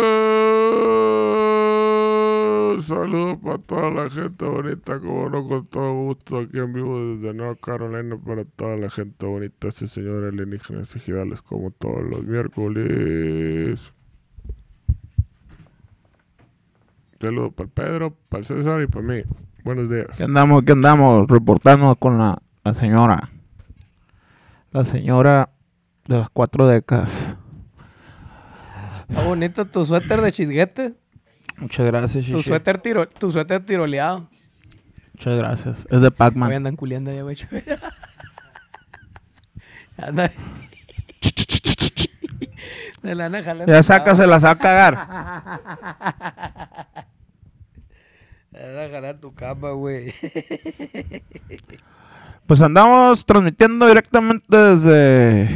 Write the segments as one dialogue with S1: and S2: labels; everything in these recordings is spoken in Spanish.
S1: Eh, Saludos para toda la gente bonita, como no, con todo gusto, aquí en vivo desde Nueva Carolina, para toda la gente bonita, sí señores alienígenas ejidales, como todos los miércoles. Saludos para el Pedro, para el César y para mí. Buenos días.
S2: ¿Qué andamos? ¿Qué andamos? Reportándonos con la, la señora. La señora de las cuatro décadas.
S3: Está bonito tu suéter de chisguete.
S2: Muchas gracias,
S3: Tu
S2: Shishi.
S3: suéter, tiro, tu suéter tiroleado.
S2: Muchas gracias. Es de
S3: Hoy
S2: Pac-Man.
S3: andan culiando ya, güey. Anda. De la Ana jalando.
S2: Ya saca, se las va a cagar.
S3: Ana jalando tu cama, güey.
S2: Pues andamos transmitiendo directamente desde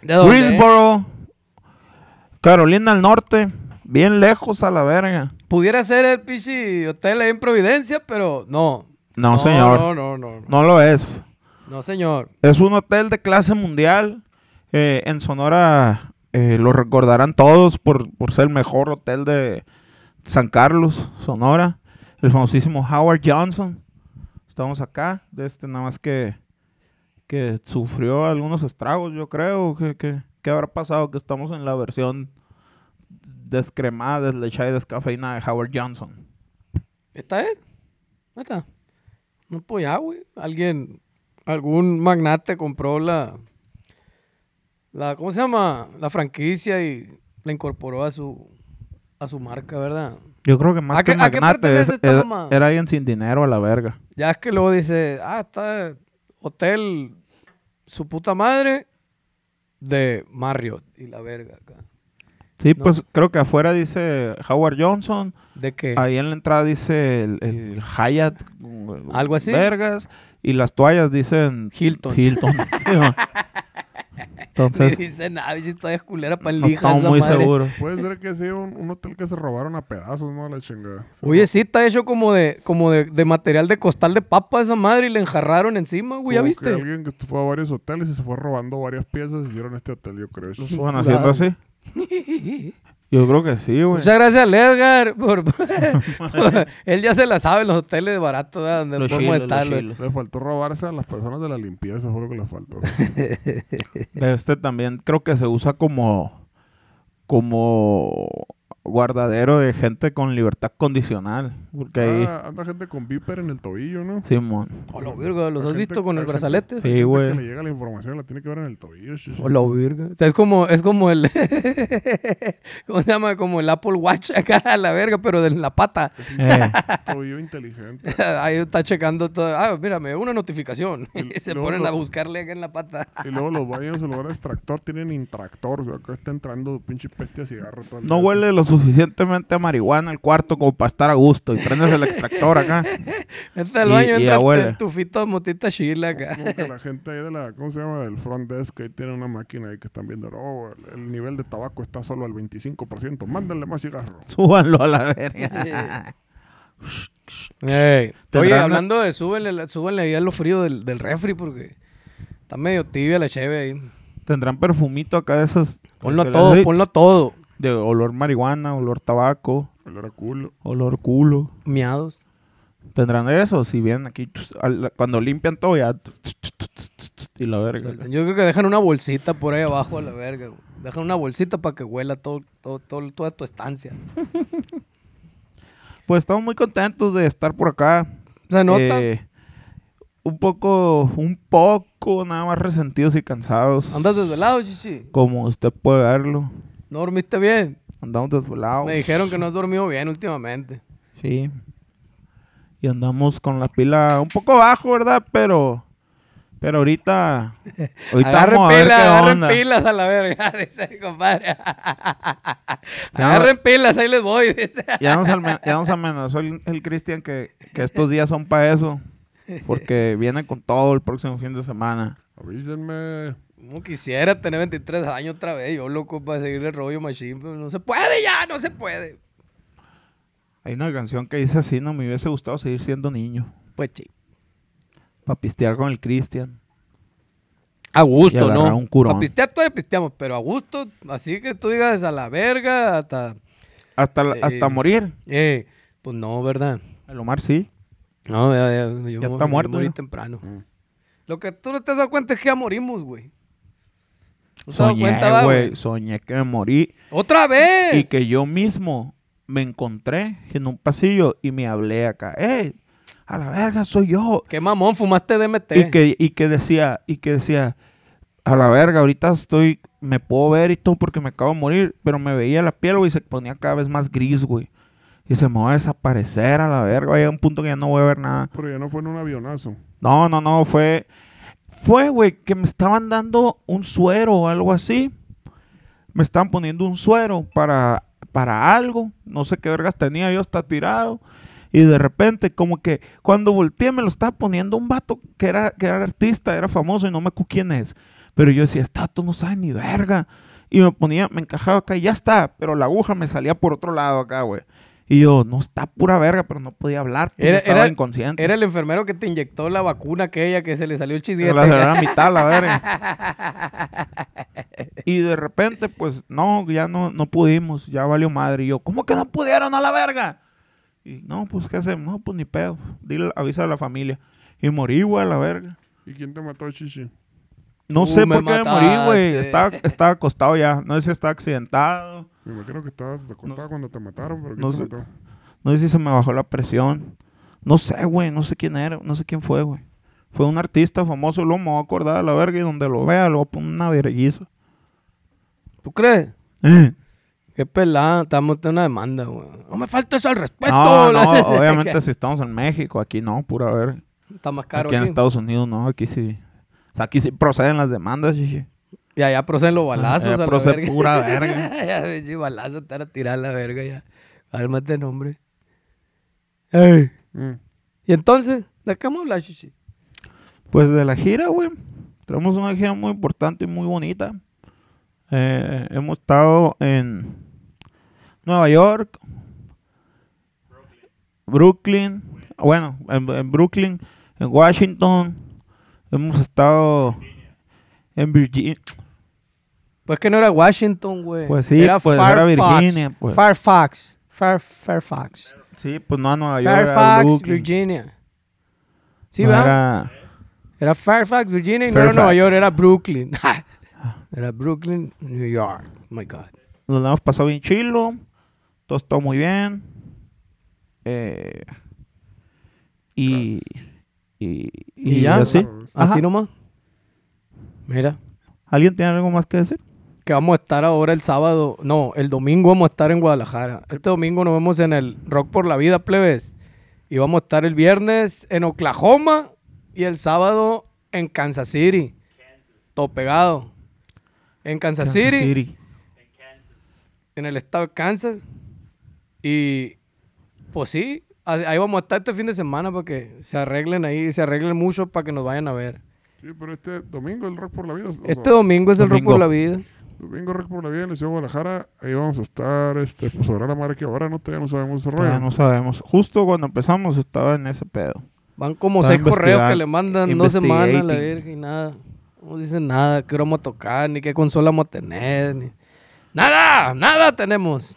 S3: ¿De dónde?
S2: Greensboro, Carolina del Norte. Bien lejos a la verga.
S3: Pudiera ser el pichi hotel ahí en Providencia, pero no.
S2: No, señor.
S3: No, no, no. No,
S2: No lo es.
S3: No, señor.
S2: Es un hotel de clase mundial. Eh, en Sonora eh, lo recordarán todos por, por ser el mejor hotel de San Carlos, Sonora. El famosísimo Howard Johnson. Estamos acá, de este nada más que, que sufrió algunos estragos, yo creo. que que- ¿Qué habrá pasado? Que estamos en la versión descremada, deslechada y descafeinada de Howard Johnson.
S3: ¿Esta es? ¿Esta? No, pues ya, güey. Alguien, algún magnate compró la, la, ¿cómo se llama? La franquicia y la incorporó a su, a su marca, ¿verdad?
S2: Yo creo que más
S3: ¿A
S2: que
S3: qué- a qué
S2: magnate
S3: pertenece
S2: es-
S3: esta
S2: es-
S3: mamá?
S2: era alguien sin dinero a la verga.
S3: Ya es que luego dice, ah, está hotel, su puta madre, de Marriott y la verga acá.
S2: Sí,
S3: No.
S2: pues creo que afuera dice Howard Johnson.
S3: ¿De qué?
S2: Ahí en la entrada dice el, el Hyatt. eh,
S3: Algo así.
S2: Vergas. Y las toallas dicen
S3: Hilton.
S2: Hilton. Sí, va.
S3: Ni
S2: Entonces,
S3: dice nada, bicho, todavía es culera para
S2: no
S3: el hija.
S2: estamos muy seguros.
S1: Puede ser que sea un, un hotel que se robaron a pedazos, ¿no? A la chingada. Se
S3: Oye, sí, está hecho como de, como de, de material de costal de papa esa madre y le enjarraron encima, güey, ¿ya
S1: Como Que
S3: viste?
S1: alguien que fue a varios hoteles y se fue robando varias piezas y hicieron este hotel, yo creo.
S2: ¿Lo estaban haciendo así? Yo creo que sí, güey.
S3: Muchas gracias al Edgar por, por- él ya se la sabe en los hoteles baratos ¿verdad? donde
S2: Los
S3: podemos
S2: chilos, los
S3: estar. güey.
S2: chilos.
S1: Le faltó robarse a las personas de la limpieza, fue lo que le faltó.
S2: De este también creo que se usa como, como guardadero de gente con libertad condicional. Porque ahí,
S1: Ah, anda gente con viper en el tobillo, ¿no?
S2: Simón.
S3: Hola, Virgo, ¿los
S1: Hay
S3: has
S1: gente-
S3: visto con
S1: hay
S3: el
S1: gente-
S3: brazalete?
S2: Sí,
S1: Gente que
S2: güey.
S1: le llega la información, la tiene que ver en el tobillo. sí, sí.
S3: Hola, Virgo. O sea, es como, es como el, ¿cómo se llama? Como el Apple Watch acá a la verga, pero de la pata.
S2: Eh,
S1: Tobillo inteligente.
S3: Ahí está checando todo. Ah, mira, me llegó una notificación.
S1: Y
S3: Y se
S1: luego
S3: ponen
S1: lo-
S3: a buscarle acá en la pata.
S1: Y luego los baños en lugar de extractor tienen intractor. O sea, acá está entrando pinche peste a cigarro. todo el
S2: No
S1: día.
S2: huele lo suficientemente a marihuana el cuarto como para estar a gusto y prendes el extractor acá.
S3: Entra al
S2: Y-
S3: baño,
S2: y
S3: entra
S2: abuela.
S3: el tufito de motita chila acá.
S1: Como que la gente ahí de la, ¿cómo se llama? Del front desk, ahí tiene una máquina ahí que están viendo, oh, el, el nivel de tabaco está solo al 25%, mándenle más cigarro.
S2: Súbanlo a la verga.
S3: Ey. Oye,
S2: Tendrán la-
S3: hablando de súbele, la- súbele ahí a lo frío del, del refri porque está medio tibia la cheve ahí.
S2: Tendrán perfumito acá de esos.
S3: Ponlo a
S2: de-
S3: todo, ponlo a todo.
S2: De olor marihuana, olor tabaco,
S1: Olor a culo.
S2: olor culo.
S3: Miados.
S2: Tendrán eso. Si vienen aquí, tss, al- cuando limpian todo ya. tss, tss, tss, tss, tss, Y la verga. acá.
S3: Yo creo que dejan una bolsita por ahí abajo a la verga. güey. Dejan una bolsita para que huela todo, todo, todo- toda tu estancia.
S2: Pues estamos muy contentos de estar por acá.
S3: ¿Se nota?
S2: Eh, un poco, un poco nada más resentidos y cansados.
S3: ¿Andas desvelado, chichi?
S2: Como usted puede verlo.
S3: ¿No dormiste bien?
S2: Andamos desvelados.
S3: Me dijeron que no has dormido bien últimamente.
S2: Sí. Y andamos con la pila un poco bajo, ¿verdad? Pero Pero ahorita. Ahorita
S3: Agarren
S2: vamos a ver
S3: pilas,
S2: qué
S3: agarren
S2: onda.
S3: pilas a la verga, dice mi compadre. agarren pilas, ahí les voy, dice.
S2: Ya nos, alme- ya nos amenazó el, el Cristian que, que estos días son para eso. Porque viene con todo el próximo fin de semana.
S1: Avísenme.
S3: Como quisiera tener 23 años otra vez, yo loco para seguir el rollo machine, pero no se puede ya, no se puede.
S2: Hay una canción que dice así, no me hubiese gustado seguir siendo niño.
S3: Pues sí.
S2: Para pistear con el Cristian.
S3: A
S2: Y
S3: gusto,
S2: agarrar
S3: ¿no?
S2: un curón.
S3: A pistear todavía pisteamos, pero a gusto, así que tú digas a la verga, hasta...
S2: Hasta, la- hasta
S3: Eh.
S2: morir.
S3: Eh, pues no, ¿verdad?
S2: El Omar sí.
S3: No, ya, ya, yo
S2: Ya
S3: mo-
S2: está
S3: yo
S2: muerto,
S3: morí
S2: ¿no? Ah.
S3: temprano. Lo que tú no te has dado cuenta es que ya morimos, güey. ¿No te has dado
S2: Soñé,
S3: cuenta, va,
S2: güey. Soñé que me morí.
S3: ¡Otra vez!
S2: Y que yo mismo me encontré en un pasillo y me hablé acá. ¡Ey! A la verga, soy yo.
S3: ¡Qué mamón! Fumaste DMT.
S2: Y que, y que decía, y que decía, a la verga, ahorita estoy, me puedo ver y todo porque me acabo de morir, pero me veía la piel, güey, y se ponía cada vez más gris, güey. Y se me va a desaparecer a la verga, hay un punto que ya no voy a ver nada.
S1: Pero ya no fue en un avionazo.
S2: No, no, no, fue. Fue, güey, que me estaban dando un suero o algo así. Me estaban poniendo un suero para, para algo. No sé qué vergas tenía, yo está tirado. Y de repente, como que cuando volteé, me lo estaba poniendo un vato que era, que era artista, era famoso y no me acuerdo quién es. Pero yo decía, está, tú no sabes ni verga. Y me ponía, me encajaba acá y ya está. Pero la aguja me salía por otro lado acá, güey. Y yo, no está pura verga, pero no podía hablar. porque
S3: Era-
S2: estaba
S3: era-
S2: inconsciente.
S3: Era el enfermero que te inyectó la vacuna aquella que se le salió el
S2: Se
S3: chisguete.
S2: la cerraron a mitad, la verga. Y de repente, pues, no, ya no, no pudimos, ya valió madre. Y yo, ¿cómo que no pudieron a la verga? Y no, pues, ¿qué hacemos? No, pues ni pedo. Dile, avisa a la familia. Y morí, güey, a la verga.
S1: ¿Y quién te mató, Chichi?
S2: No
S3: Uh,
S2: sé
S3: me
S2: por qué me morí, güey.
S3: mataste.
S2: Estaba, estaba acostado ya. No sé si estaba accidentado.
S1: Me imagino que estabas acostado cuando te mataron, pero ¿quién
S2: no
S1: te
S2: sé.
S1: mató?
S2: No sé si se me bajó la presión. No sé, güey. No sé quién era. No sé quién fue, güey. Fue un artista famoso. Lo me voy a acordar a la verga. Y donde lo vea, lo voy a poner una verguiza.
S3: ¿Tú crees?
S2: Eh.
S3: Qué pelada, estamos en una demanda, güey. No me falta eso al respeto.
S2: No, no,
S3: La-
S2: obviamente si estamos en México, aquí no, pura ver.
S3: Está más caro
S2: Aquí
S3: aquí.
S2: en Estados Unidos no, aquí sí. O sea, aquí sí proceden las demandas, chichi.
S3: Y allá proceden los balazos
S2: Allá
S3: a la
S2: procede
S3: Ah, verga.
S2: pura verga.
S3: ya, pinche balazo, te van a tirar la verga ya. Cálmate, nombre. Ey.
S1: Mm.
S3: Y entonces, ¿de qué vamos a hablar, chichi?
S2: Pues de la gira, güey. Tenemos una gira muy importante y muy bonita. Eh, hemos estado en Nueva York, Brooklyn, bueno, en, en Brooklyn, en Washington. Hemos estado en Virginia.
S3: Pues que no era Washington, güey.
S2: Pues sí, pues, era Virginia, pues.
S3: Fairfax. Fair- Fairfax.
S2: Sí, pues no a Nueva York. a
S3: Fairfax,
S2: Brooklyn.
S3: Virginia. Sí,
S2: No
S3: ¿verdad?
S2: era-
S3: Era Fairfax, Virginia, y no era
S2: Fairfax.
S3: Nueva York, era Brooklyn. era Brooklyn, New York. Oh my God.
S2: Nos la hemos pasado bien chilo. Todo está muy bien. Eh, y, y,
S3: ¿Y ya?
S2: así. Ajá.
S3: Así nomás. Mira,
S2: ¿Alguien tiene algo más que decir?
S3: que vamos a estar ahora el sábado. No, el domingo vamos a estar en Guadalajara. Este domingo nos vemos en el Rock por la Vida, plebes. Y vamos a estar el viernes en Oklahoma y el sábado en Kansas City. Todo pegado. En Kansas, City. en el estado de Kansas. Y pues sí, a- ahí vamos a estar este fin de semana para que se arreglen ahí, se arreglen mucho para que nos vayan a ver.
S1: Sí, pero este domingo el Rock por la Vida. o sea,
S3: Este domingo es el Rock
S2: domingo.
S3: por la Vida.
S1: domingo Rock por la Vida en la ciudad de Guadalajara. Ahí vamos a estar, este, pues ahora la madre que ahora no, todavía no sabemos ese
S2: Todavía
S1: rollo.
S2: no sabemos. Justo cuando empezamos estaba en ese pedo.
S3: Van como
S2: Estaba
S3: seis correos que
S2: investiga-
S3: le mandan dos semanas a la
S2: investigating.
S3: verga y nada. No dicen nada, qué hora vamos a tocar, ni qué consola vamos a tener, ni... ¡Nada! ¡Nada tenemos!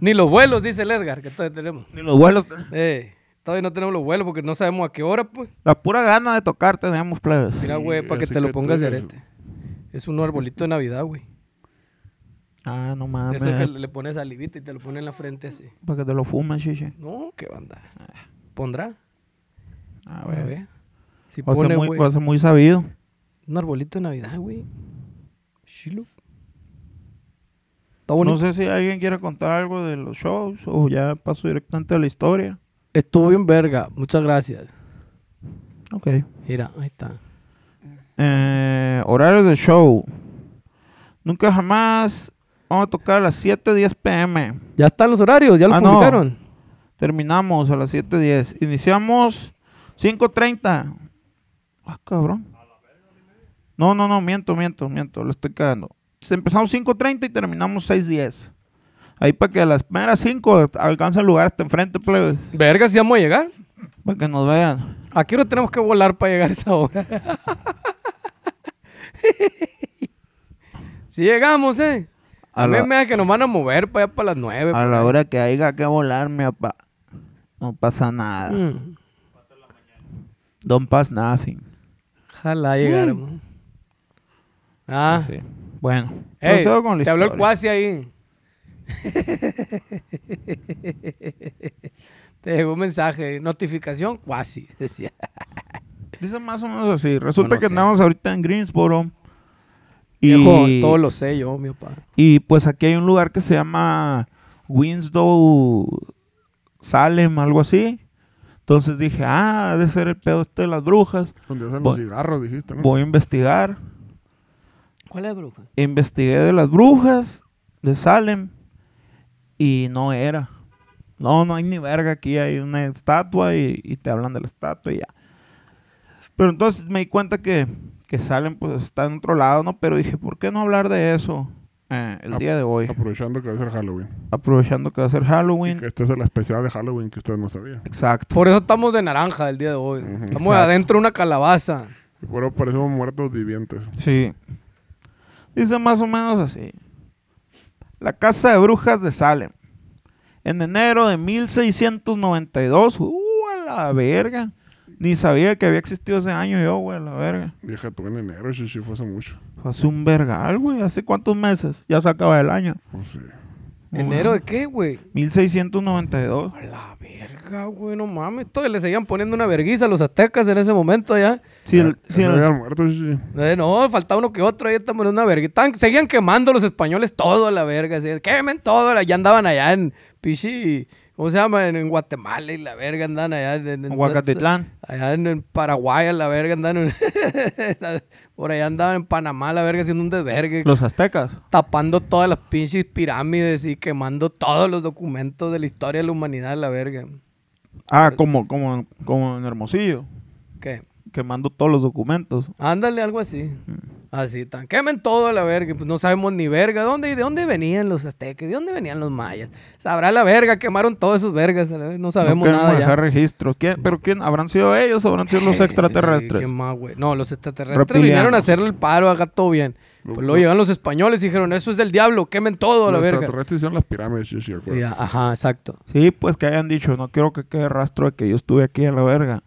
S3: Ni los vuelos, dice el Edgar, que todavía tenemos.
S2: Ni los vuelos.
S3: Eh, todavía no tenemos los vuelos porque no sabemos a qué hora, pues.
S2: La pura gana de tocar teníamos plebes.
S3: Mira,
S1: Sí,
S3: güey, para que
S1: así
S3: te lo
S1: que tú
S3: pongas de
S1: digas-
S3: arete. Es un arbolito de Navidad, güey.
S2: Ah, no
S3: De
S2: mames.
S3: Eso que le pones salivita y te lo pone en la frente así.
S2: Para que te lo fumes, chiche.
S3: No, qué banda. ¿Pondrá?
S2: A
S3: A
S2: ver.
S3: ver. Si
S2: Va a ser
S3: pone,
S2: muy-
S3: güey,
S2: va a ser muy sabido.
S3: un arbolito de Navidad, güey. Chilo. Está bonito.
S2: No sé si alguien quiere contar algo de los shows o ya paso directamente a la historia.
S3: Estuvo bien verga. Muchas gracias.
S2: Ok.
S3: Mira, ahí está.
S2: Eh, horarios de show. Nunca jamás vamos a tocar a las 7, 10 pm.
S4: Ya están los horarios, ya los
S2: Ah, no.
S4: publicaron.
S2: Terminamos a las 7.10. Iniciamos 5.30. Ah, cabrón. No, no, no, miento, miento, miento. Lo estoy cagando. Empezamos 5.30 y terminamos 6.10. Ahí para que a las primeras 5 alcanza el lugar hasta enfrente, plebes.
S3: Verga, si vamos a llegar.
S2: Para que nos vean.
S3: ¿A qué hora tenemos que volar para llegar a esa hora? si llegamos, ¿eh?
S2: A
S3: A
S2: la-
S3: mí me da que nos van a mover para allá para las nueve.
S2: A la hora que haya que volarme, papá. No pasa nada.
S3: Mm.
S2: Don't pass nothing.
S3: Ojalá llegáramos. Mm. Ah,
S2: Sí. Bueno.
S3: Ey,
S2: procedo con la
S3: te habló el
S2: historia.
S3: cuasi ahí. te llegó un mensaje, notificación cuasi, decía.
S2: Dice más o menos así. Resulta
S3: Bueno,
S2: que
S3: sí.
S2: andamos ahorita en Greensboro. Y,
S3: Viejo, todo lo sé yo, mi papá.
S2: y pues aquí hay un lugar que se llama Winslow Salem, algo así. Entonces dije, ah, ha de ser el pedo este de las brujas.
S1: Donde hacen
S2: Voy-
S1: los cigarros, dijiste, ¿no?
S2: Voy a investigar.
S3: ¿Cuál es, bruja?
S2: Investigué de las brujas de Salem. Y no era. No, no hay ni verga aquí. Hay una estatua y, y te hablan de la estatua y ya. Pero entonces me di cuenta que, que Salem pues está en otro lado, ¿no? Pero dije, ¿por qué no hablar de eso eh, el
S1: Ah,
S2: día de hoy?
S1: Aprovechando que va a ser Halloween.
S2: Aprovechando que va a ser
S1: Y
S2: Halloween.
S1: que esta es la especial de Halloween que ustedes no sabían.
S2: Exacto.
S3: Por eso estamos de naranja el día de hoy.
S1: Ujú.
S3: Estamos
S2: Exacto.
S3: adentro de una calabaza.
S1: Y por eso parecemos muertos vivientes.
S2: Sí. Dice más o menos así. La casa de brujas de Salem. En enero de 1692. ¡Uh, a la verga! Ni sabía que había existido ese año yo, güey, a la verga.
S1: Vieja, tú en enero, sí, fue hace mucho.
S2: Fue Hace un vergal, güey. ¿Hace cuántos meses? Ya se acaba el año.
S1: Pues sí.
S3: ¿Enero de qué, güey?
S2: 1692.
S3: A la verga, güey, no mames. Todavía le seguían poniendo una verguiza a los aztecas en ese momento ya.
S2: Si el-
S1: Ya-
S2: si
S1: ya
S2: el-
S1: se habían muerto, sí.
S3: Eh, No, faltaba uno que otro, ahí estamos en una verga. Estaban- seguían quemando los españoles todo a la verga. así, quemen todo, la- ya andaban allá en Pichi, ¿cómo se llama? En, en Guatemala y la verga, andaban allá en, en- en-
S2: Huacatitlán.
S3: Allá en, en Paraguay a la verga, andaban en- por allá andaban en Panamá a la verga haciendo un desvergue.
S2: Los aztecas.
S3: Tapando todas las pinches pirámides y quemando todos los documentos de la historia de la humanidad a la verga.
S2: Ah, como, como, como en Hermosillo.
S3: ¿Qué?
S2: Quemando todos los documentos.
S3: Ándale, algo así. Así, tan quemen todo a la verga. y Pues no sabemos ni verga. ¿Dónde, ¿De dónde venían los aztecas? ¿De dónde venían los mayas? Sabrá la verga, quemaron todos esos vergas. a la verga, No sabemos
S2: no queremos
S3: nada.
S2: dejar
S3: Ya.
S2: registros. ¿Quién- ¿Pero quién? ¿Habrán sido ellos o habrán sido los
S3: Eh,
S2: extraterrestres?
S3: ¿qué más, güey? no, los extraterrestres
S2: Reptilianos.
S3: vinieron a hacerle el paro, haga todo bien. Pues luego llegaron los españoles y dijeron, eso es del diablo, quemen todo a la
S1: Los
S3: verga.
S1: extraterrestres hicieron las pirámides, sí, sí,
S3: Y ya,
S1: acuérdate.
S3: ajá, exacto.
S2: Sí, pues que hayan dicho, no quiero que quede rastro de que yo estuve aquí a la verga.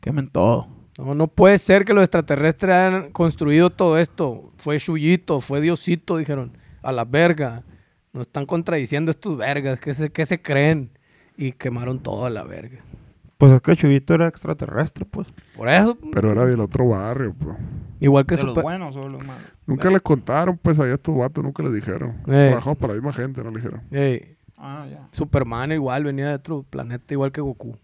S2: Quemen todo.
S3: No, no puede ser que los extraterrestres hayan construido todo esto. Fue Chuyito, fue Diosito, dijeron. A la verga. Nos están contradiciendo estos vergas. ¿Qué se, qué se creen? Y quemaron todo a la verga.
S2: Pues es que Chuyito era extraterrestre, pues.
S3: Por eso,
S1: Pero era del otro barrio, pues.
S3: igual que
S2: de los
S3: super-
S2: buenos o de los malos.
S1: Nunca les contaron, pues, ahí a estos vatos, nunca les dijeron.
S3: Eh.
S1: Trabajamos para la misma gente, no le dijeron.
S3: Ey,
S2: Ah, ya.
S3: Superman igual venía de otro planeta, igual que Goku.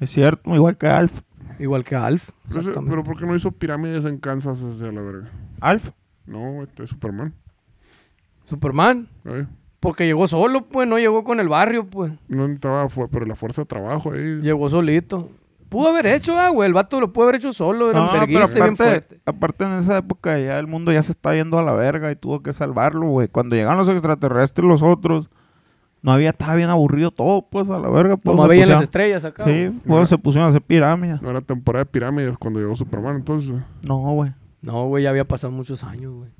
S2: Es cierto, igual que Alf.
S3: Igual que Alf.
S1: Pero, ese-
S3: Exactamente.
S1: pero ¿por qué no hizo pirámides en Kansas hacia la verga?
S2: Alf.
S1: No, este es Superman.
S3: Superman.
S1: Ay,
S3: Porque llegó solo, pues, no llegó con el barrio, pues.
S1: No estaba, fue, pero la fuerza de trabajo ahí.
S3: Llegó solito. Pudo haber hecho, ah, güey. El vato lo pudo haber hecho solo. Era
S2: No,
S3: un
S2: pero
S3: verguiza, bien fuerte.
S2: aparte, aparte en esa época ya el mundo ya se está yendo a la verga y tuvo que salvarlo, güey. Cuando llegaron los extraterrestres los otros, no había, estaba bien aburrido todo, pues a la verga. Pues,
S3: Como
S2: se
S3: veían las
S2: pusieron-
S3: estrellas acá. güey.
S2: Sí, pues se pusieron a hacer pirámides.
S1: No era temporada de pirámides cuando llegó Superman, entonces.
S2: No, güey.
S3: No, güey, ya había pasado muchos años, güey.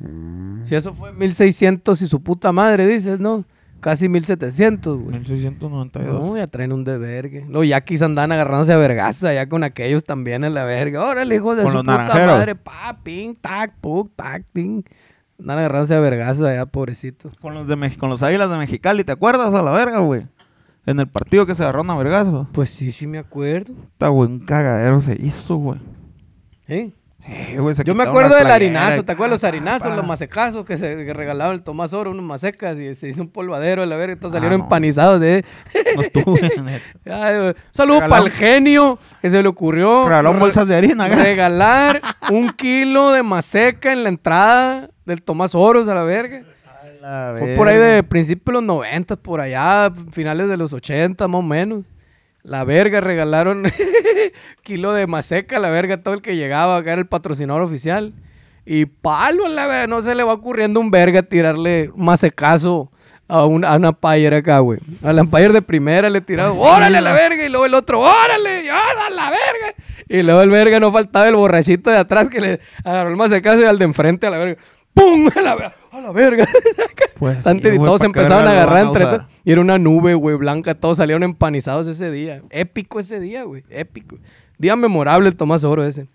S1: mm.
S3: Si eso fue 1600 y su puta madre, dices, ¿no? Casi 1700, güey.
S2: 1692.
S3: No, ya traen un debergue. Los yaquis andan agarrándose a vergazo allá con aquellos también en la verga. Órale, hijo de
S2: Con
S3: su
S2: los
S3: puta
S2: naranjeros.
S3: madre. Pa, ping, tac, puc, tac, ting. Andan agarrándose a vergazo allá, pobrecito.
S2: Con los, de Mex- con los Águilas de Mexicali, ¿te acuerdas a la verga, güey? En el partido que se agarraron a vergazo.
S3: Pues sí, sí me acuerdo.
S2: Puta, güey, un cagadero se hizo, güey.
S3: ¿Eh?
S2: Eh, güey, se
S3: Yo me
S2: quitaron
S3: acuerdo
S2: la
S3: del
S2: playera
S3: harinazo,
S2: y-
S3: ¿te acuerdas los
S2: Ah,
S3: harinazos,
S2: pa.
S3: los masecazos que se que regalaban el Tomás Oro, unos masecas y se hizo un polvadero de la verga, entonces
S2: Ah,
S3: salieron
S2: no.
S3: empanizados de...
S2: No estuve en eso.
S3: Ay, güey. Saludo
S2: Regalaron-
S3: para el genio que se le ocurrió
S2: Regalaron bolsas de harina, güey.
S3: regalar un kilo de maseca en la entrada del Tomás Oros a la verga. Fue por ahí de principios de los 90, por allá, finales de los 80, más o menos. La verga, regalaron kilo de maseca, la verga, todo el que llegaba, acá era el patrocinador oficial. Y palo, la verga, no se le va ocurriendo un verga tirarle masecazo a, un- a una payer acá, güey. A la payer de primera le tiraron, órale la verga, y luego el otro, órale, y órale la verga. Y luego el verga no faltaba el borrachito de atrás que le agarró el masecazo y al de enfrente a la verga. ¡Pum! A la, ver- a la verga.
S2: Pues sí,
S3: Tan
S2: güey,
S3: todos se
S2: ¿pa' qué
S3: empezaron
S2: verga lo
S3: a agarrar
S2: van a
S3: entre
S2: usar?
S3: todos. Y era una nube, güey, blanca. Todos salieron empanizados ese día. Épico ese día, güey. Épico. Día memorable el Tomás Oro ese.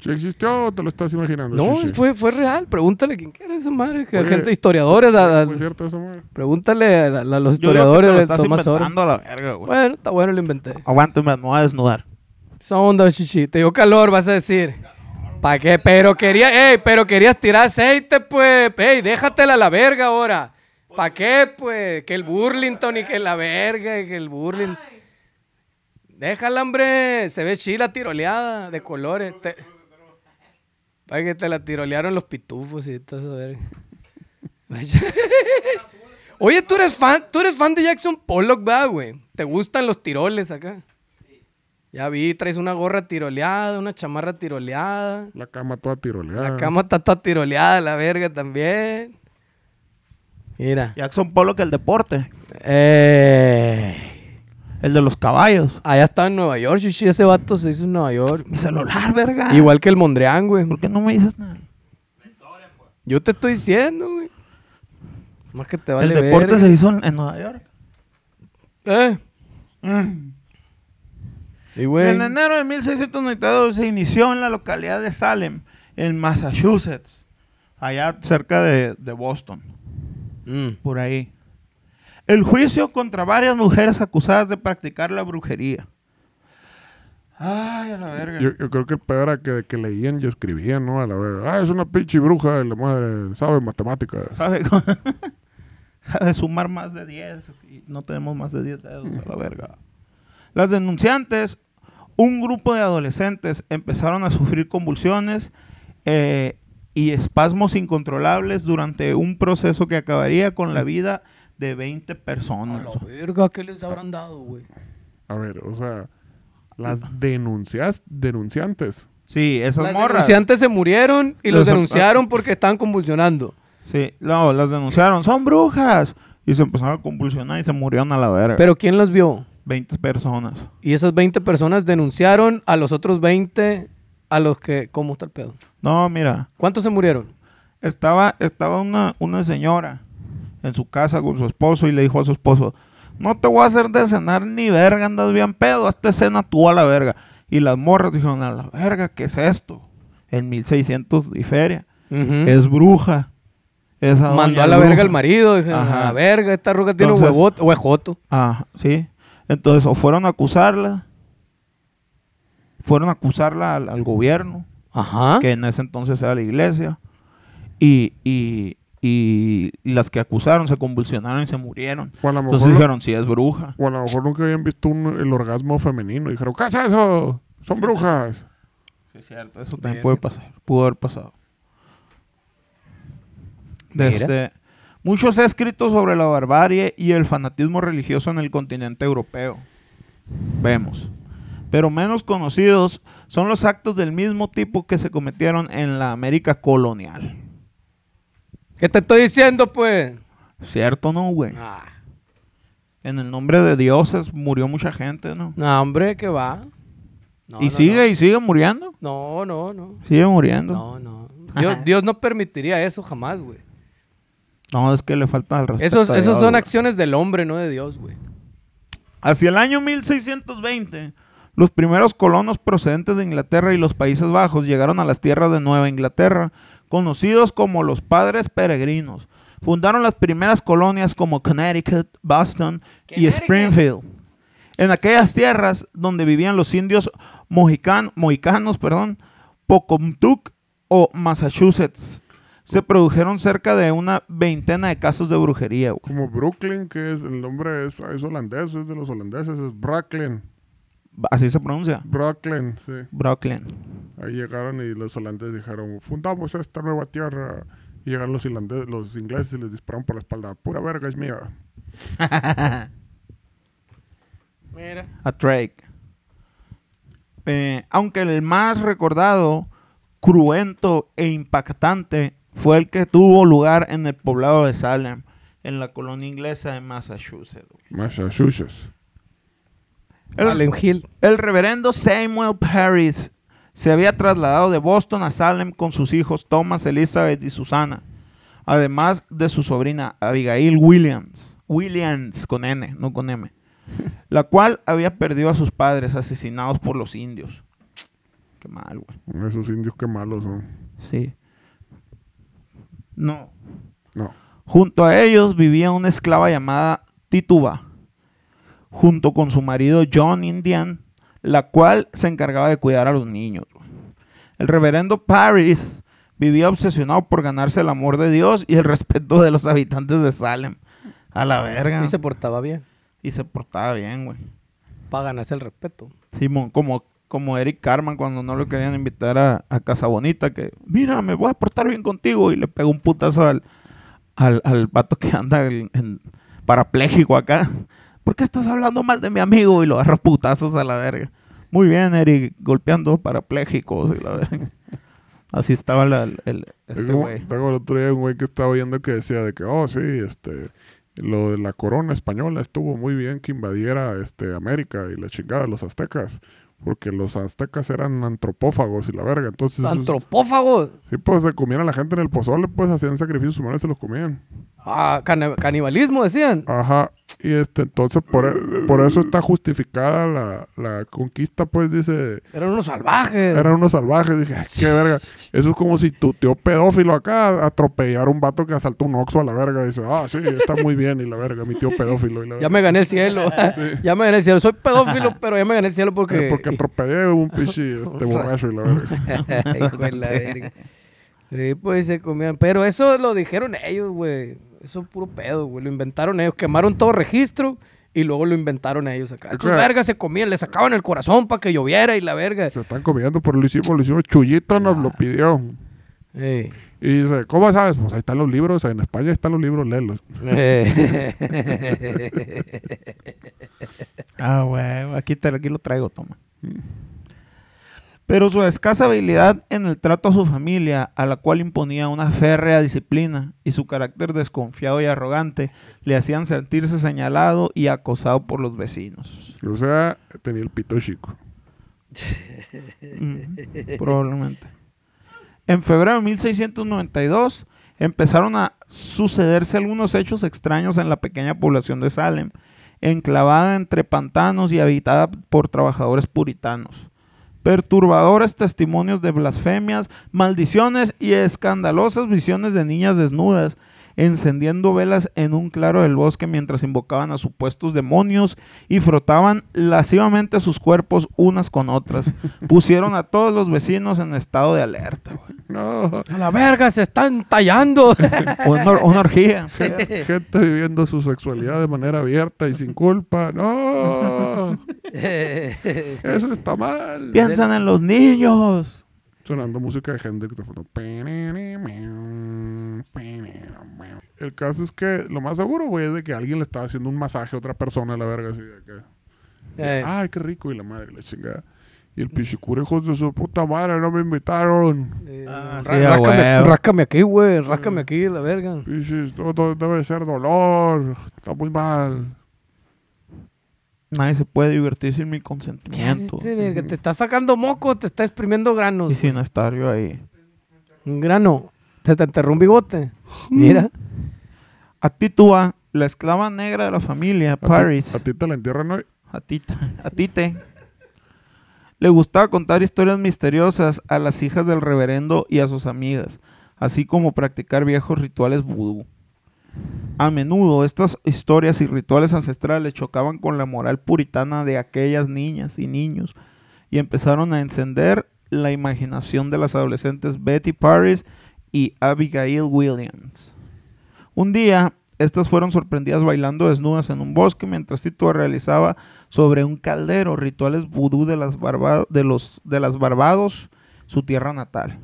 S1: ¿Sí existió o te lo estás imaginando?
S3: No,
S1: Sí, sí.
S3: Fue, fue real. Pregúntale quién quiera esa madre. que
S1: Oye,
S3: gente, historiadores. a- a-
S1: ¿Fue cierto eso, madre?
S3: pregúntale a, la- a
S2: pues,
S3: los
S2: Yo creo que te
S3: historiadores
S2: lo
S3: del
S2: estás
S3: Tomás Oro.
S2: inventando a la verga, güey.
S3: Bueno, está bueno, lo inventé.
S2: Aguántame, me voy a desnudar.
S3: Esa onda, chichi. Te dio calor, vas a decir. ¿Para qué? Pero quería, ey, pero querías tirar aceite, pues. Ey, déjatela a la verga ahora. ¿Para qué, pues? Que el Burlington y que la verga y que el Burlington. Déjala, hombre. Se ve chila tiroleada de colores. Te... Para que te la tirolearon los pitufos y todo eso, verga. Vaya. Oye, tú eres fan, tú eres fan de Jackson Pollock, ¿verdad, güey? ¿Te gustan los tiroles acá? Ya vi, traes una gorra tiroleada, una chamarra tiroleada.
S1: La cama toda tiroleada.
S3: La cama está toda tiroleada, la verga también. Mira.
S2: Jackson Polo que el deporte.
S3: Eh,
S2: El de los caballos.
S3: allá estaba en Nueva York, chichi. Ese vato se hizo en Nueva York.
S2: Mi celular, verga.
S3: Igual que el Mondrian, güey.
S2: ¿Por qué no me dices nada?
S3: Yo te estoy diciendo, güey. Más que te vale
S2: el deporte
S3: verga.
S2: se hizo en, en Nueva York.
S3: Eh. Y, güey.
S2: En enero de 1692 se inició en la localidad de Salem, en Massachusetts. Allá cerca de, de Boston.
S3: Mm.
S2: Por ahí. El juicio contra varias mujeres acusadas de practicar la brujería. Ay, a la verga.
S1: Yo, yo creo que el peor era que, que leían y escribían, ¿no? A la vez. Ah, es una pinche bruja de la madre. Sabe matemáticas.
S2: sabe, cómo- sabe sumar más de 10 y no tenemos más de 10 dedos a la verga. Las denunciantes, un grupo de adolescentes empezaron a sufrir convulsiones eh, y espasmos incontrolables durante un proceso que acabaría con la vida de 20 personas.
S3: La verga, ¿qué les habrán dado, güey?
S1: A ver, o sea, las denuncias, denunciantes.
S2: Sí, esas
S3: Los
S2: morras.
S3: denunciantes se murieron y los
S2: Los-
S3: denunciaron porque estaban convulsionando.
S2: Sí, no, las denunciaron. Son brujas. Y se empezaron a convulsionar y se murieron a la verga.
S3: Pero ¿quién los vio?
S2: 20 personas.
S3: Y esas 20 personas denunciaron a los otros 20 a los que... ¿Cómo está el pedo?
S2: No, mira.
S3: ¿Cuántos se murieron?
S2: Estaba, estaba una, una señora en su casa con su esposo y le dijo a su esposo, no te voy a hacer de cenar ni verga, andas bien pedo, hazte cena tú a la verga. Y las morras dijeron, a la verga, ¿qué es esto? En 1600 y feria.
S3: Ujú.
S2: Es bruja. Esa doña
S3: ¿Mm? Mandó a la
S2: bruja".
S3: verga al marido. dijeron,
S2: Ajá.
S3: a la verga, esta ruca tiene
S2: Entonces-
S3: huevoto, huejoto.
S2: Ah, sí. Entonces, o fueron a acusarla, fueron a acusarla al, al gobierno,
S3: Ajá.
S2: que en ese entonces era la iglesia. Y, y, y las que acusaron se convulsionaron y se murieron.
S1: O Pues a lo
S2: Entonces
S1: mejor-
S2: dijeron, sí, es bruja.
S1: O a lo mejor nunca habían visto un, el orgasmo femenino. Dijeron, ¿qué es eso? Son brujas.
S2: Sí, es cierto, eso también puede pasar. Pudo haber pasado. Desde, mucho se ha escrito Este, sobre la barbarie y el fanatismo religioso en el continente europeo. Vemos. Pero menos conocidos son los actos del mismo tipo que se cometieron en la América colonial.
S3: ¿Qué te estoy diciendo, pues?
S2: ¿Cierto, no, güey?
S3: Ah.
S2: En el nombre de dioses murió mucha gente, ¿no?
S3: No, hombre, ¿qué va? No,
S2: y
S3: no,
S2: sigue, y sigue muriendo.
S3: No, no, no.
S2: Sigue muriendo. No,
S3: No, no. Dios, Dios no permitiría eso jamás, güey.
S2: es que le falta al respeto.
S3: Esos,
S2: a
S3: esos
S2: Dios,
S3: son
S2: güey.
S3: acciones del hombre, no de Dios, güey.
S2: Hacia el año 1620, los primeros colonos procedentes de Inglaterra y los Países Bajos llegaron a las tierras de Nueva Inglaterra, conocidos como los padres peregrinos. Fundaron las primeras colonias como Connecticut, Boston y Springfield. En aquellas tierras donde vivían los indios mojican- mohicanos, perdón, Pocomtuc o Massachusetts se produjeron cerca de una veintena de casos de brujería. güey.
S1: Como Brooklyn, que es el nombre es, es holandés, es de los holandeses, es Brooklyn.
S2: Así se pronuncia.
S1: Brooklyn, sí.
S2: Brooklyn.
S1: Ahí llegaron y los holandeses dijeron, fundamos esta nueva tierra. Y llegaron los, irlandeses, los ingleses y les dispararon por la espalda. Pura verga es mía.
S3: Mira.
S2: a Drake. Eh, aunque el más recordado, cruento e impactante fue el que tuvo lugar en el poblado de Salem, en la colonia inglesa de Massachusetts. güey.
S1: Massachusetts.
S2: El-
S3: Allen Hill.
S2: El reverendo Samuel Parris se había trasladado de Boston a Salem con sus hijos Thomas, Elizabeth y Susana, además de su sobrina Abigail Williams, Williams con N, no con M, la cual había perdido a sus padres asesinados por los indios. Qué mal, güey.
S1: Esos indios qué malos son.
S2: Sí. No.
S1: No.
S2: Junto a ellos vivía una esclava llamada Tituba, junto con su marido John Indian, la cual se encargaba de cuidar a los niños. El reverendo Paris vivía obsesionado por ganarse el amor de Dios y el respeto de los habitantes de Salem. A la verga.
S3: Y se portaba bien.
S2: Y se portaba bien, güey.
S3: Para ganarse el respeto.
S2: Simón, como, como Eric Carman cuando no lo querían invitar a, a Casa Bonita, que mira, me voy a portar bien contigo. Y le pegó un putazo al, al, al vato que anda en, en- parapléjico acá. ¿Por qué estás hablando mal de mi amigo? Y lo agarró a putazos a la verga. Muy bien, Eric, golpeando parapléjicos y la verga. Así estaba la- el, el- este
S1: Tengo-
S2: güey.
S1: Tengo el otro día un güey que estaba oyendo que decía de que, oh, sí, este, lo de la corona española estuvo muy bien que invadiera este, América y la chingada de los aztecas. Porque los aztecas eran antropófagos y la verga. Entonces, esos-
S3: Antropófagos.
S1: sí, pues se comían a la gente en el pozole, pues hacían sacrificios humanos y se los comían.
S3: Ah, cana- canibalismo decían.
S1: Ajá. Y este, entonces, por, por eso está justificada la, la conquista, pues dice,
S3: Eran unos salvajes.
S1: eran unos salvajes. Dije, "Ay, qué verga. Eso es como si tu tío pedófilo acá atropellara a un vato que asaltó un oxo a la verga. Dice, ah, sí, está muy bien. Y la verga, mi tío pedófilo. Y la
S3: Ya
S1: verga.
S3: me gané el cielo. ya me gané el cielo. Soy pedófilo, pero ya me gané el cielo
S1: Eh,
S3: porque.
S1: Porque atropellé a un pichi este borracho y la verga.
S3: Hijo de la verga. Sí, pues se comían. Pero eso lo dijeron ellos, güey. Eso es puro pedo, güey. Lo inventaron ellos. Quemaron todo registro y luego lo inventaron ellos acá. Estos
S1: Ok.
S3: vergas se comían, le sacaban el corazón para que lloviera y la verga.
S1: Se están comiendo, pero lo hicimos, lo hicimos. Chullito nos lo pidió.
S3: Ey.
S1: Y dice, ¿cómo sabes? Pues ahí están los libros, en España están los libros, léelos.
S3: Eh.
S2: Ah, güey, aquí, te- aquí lo traigo, toma. Pero su escasa habilidad en el trato a su familia, a la cual imponía una férrea disciplina, y su carácter desconfiado y arrogante, le hacían sentirse señalado y acosado por los vecinos.
S1: O sea, tenía el pito chico.
S2: Mm, probablemente. En febrero de 1692 empezaron a sucederse algunos hechos extraños en la pequeña población de Salem, enclavada entre pantanos y habitada por trabajadores puritanos. Perturbadores testimonios de blasfemias, maldiciones y escandalosas visiones de niñas desnudas, encendiendo velas en un claro del bosque mientras invocaban a supuestos demonios y frotaban lascivamente sus cuerpos unas con otras. Pusieron a todos los vecinos en estado de alerta. güey.
S1: No,
S3: A la verga, se están tallando.
S2: Una, or- una orgía.
S3: Eh.
S1: gente, gente viviendo su sexualidad de manera abierta y sin culpa. No,
S3: Eh.
S1: eso está mal.
S2: Piensan en los niños.
S1: Sonando música de Hendrix de fondo. El caso es que lo más seguro, güey, es de que alguien le estaba haciendo un masaje a otra persona, la verga, así de que.
S3: Eh,
S2: Ah.
S1: Ay, qué rico, y la madre, la chingada. Y el pichicura, hijos de su puta madre, no me invitaron.
S3: eh,
S2: Ah, sí,
S3: rá-
S2: a
S3: ráscame,
S2: huevo. Mm.
S3: ráscame aquí, güey. Ráscame aquí, la verga.
S1: Pichis, todo debe ser dolor, está muy mal.
S2: Nadie se puede divertir sin mi
S3: ¿Qué
S2: consentimiento.
S3: haces, Este verga? Te está sacando moco, te está exprimiendo granos.
S2: Mm. Y sin estar yo ahí.
S3: Un grano. Se te enterró un bigote. Mira.
S2: A Tituba, la esclava negra de la familia,
S1: A ti-
S2: Paris.
S1: A ti te la entierran hoy.
S2: A Tita, a Tite. Le gustaba contar historias misteriosas a las hijas del reverendo y a sus amigas, así como practicar viejos rituales vudú. A menudo estas historias y rituales ancestrales chocaban con la moral puritana de aquellas niñas y niños y empezaron a encender la imaginación de las adolescentes Betty Paris y Abigail Williams. Un día, estas fueron sorprendidas bailando desnudas en un bosque mientras Tito realizaba sobre un caldero rituales vudú de las, Barba- de los, de las Barbados, su tierra natal.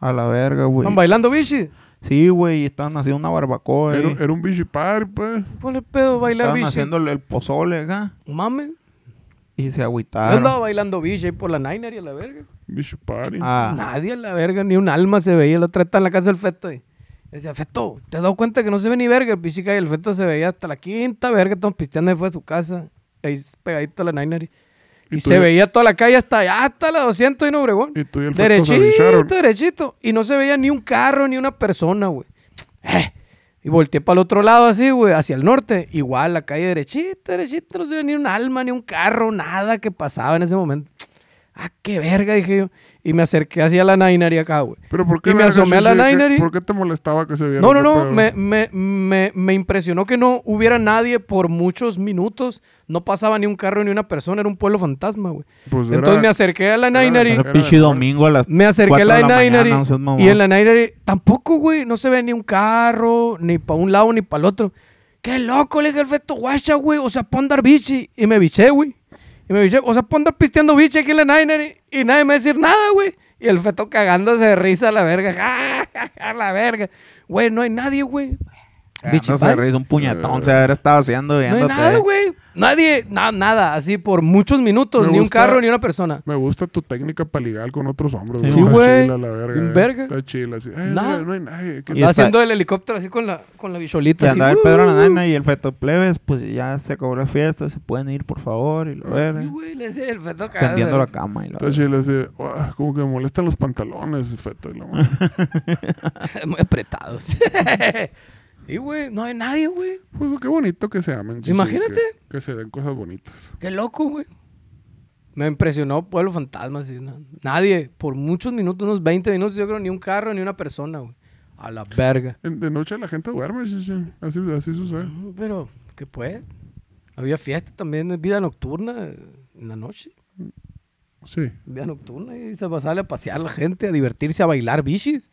S2: A la verga, güey.
S3: ¿Están bailando, bichi?
S2: Sí, güey, estaban haciendo una barbacoa.
S1: Era,
S2: eh.
S1: era un bichi party, pues.
S3: Ponle pedo bailar
S2: Estaban
S3: bichi.
S2: haciendo el- el pozole acá
S3: Mame.
S2: y se
S1: Ah,
S3: Yo andaba
S2: agüitaron.
S3: bailando bichi ahí por la Niner y a la verga.
S1: Bichi party.
S2: Ah,
S3: Nadie a la verga, ni un alma se veía. La otra está en la casa del feto. Y decía, feto, ¿te has dado cuenta que no se ve ni verga? El pichica y el feto se veía hasta la quinta verga. Estamos pisteando y fue a su casa. Ahí pegadito a la Niner. Y,
S1: ¿Y tú
S3: se
S1: ya-
S3: veía toda la calle hasta allá, hasta la 200 y no Obregón.
S1: Y tú y el feto se
S3: derechito,
S1: bicharon.
S3: derechito. Y no se veía ni un carro, ni una persona, güey. Eh, Y volteé para el otro lado así, güey, hacia el norte. Igual, la calle derechita, derechita. No se veía ni un alma, ni un carro, nada que pasaba en ese momento. Ah, qué verga, dije yo. Y me acerqué hacia la Nainari acá, güey.
S1: Pero ¿por qué
S3: Y me
S1: verga,
S3: asomé a la
S1: Shishi? ¿Qué-
S3: Nineri.
S1: ¿Por qué te molestaba que se viera?
S3: No, no,
S1: ¿Qué
S3: no.
S1: pedo?
S3: Me, me, me, me impresionó que no hubiera nadie por muchos minutos. No pasaba ni un carro ni una persona. Era un pueblo fantasma, güey.
S1: Pues era-
S3: Entonces me acerqué a la Nainari.
S1: era-
S2: era pinche domingo a las
S3: Me acerqué a
S2: cuatro
S3: la
S2: de la mañana,
S3: Nainari.
S2: no seas mamón.
S3: y en la Nainari tampoco, güey. No se ve ni un carro, ni para un lado, ni para el otro. Qué loco, le dije al feto guacha, güey. O sea, pon andar bichi. Y me biché, güey. Y me biché. O sea, pon andar pisteando bichi aquí en la Nainari. Y nadie me va a decir nada, güey. Y el feto cagándose de risa a la verga. Ja, ja, ja, la verga. Güey, no hay nadie, güey.
S2: Ah,
S3: Bichi
S2: no se
S3: pal.
S2: ríe, es un puñetón, se habrá estado haciendo
S3: Eh. No hay
S2: viéndote.
S3: nada, güey. Nadie, na- nada. Así por muchos minutos.
S1: Me
S3: ni un
S1: gusta-
S3: carro, ni una persona.
S1: Me gusta tu técnica para ligar con otros hombres.
S2: Sí,
S1: Está
S3: güey.
S1: chila la verga.
S3: Un
S1: eh.
S3: verga.
S1: Está chila así. "Ay,
S3: Nada.
S1: no, no hay nadie. ¿Qué
S2: Y está-
S3: haciendo el helicóptero así con la, con la bicholita.
S2: Y
S3: así,
S2: andaba el
S3: ¡uh!
S2: Pedro Nanaina y el Feto Plebes, pues ya se acabó la fiesta, se pueden ir, por favor, y lo
S3: Sí,
S2: verga.
S3: güey, le decía el feto cagado.
S2: Tendiendo la cama y la
S1: Está
S2: verga.
S1: chila así. "Uah, Como que me molestan los pantalones, feto. y la madre.
S3: Muy apretados. y, güey, no hay nadie, güey.
S1: Pues qué bonito que se amen. Shishi,
S3: Imagínate.
S1: Que, que se den cosas bonitas.
S3: Qué loco, güey. Me impresionó Pueblo Fantasma. así, na- Nadie, por muchos minutos, unos 20 minutos, yo creo, ni un carro, ni una persona, güey. A la verga.
S1: En- de noche la gente duerme, shishi. Así, así sucede.
S3: Mm, Pero, ¿qué pues? Había fiesta también, vida nocturna eh, en la noche.
S1: Sí.
S3: Vida nocturna y se pasaba a pasear la gente, a divertirse, a bailar bichis.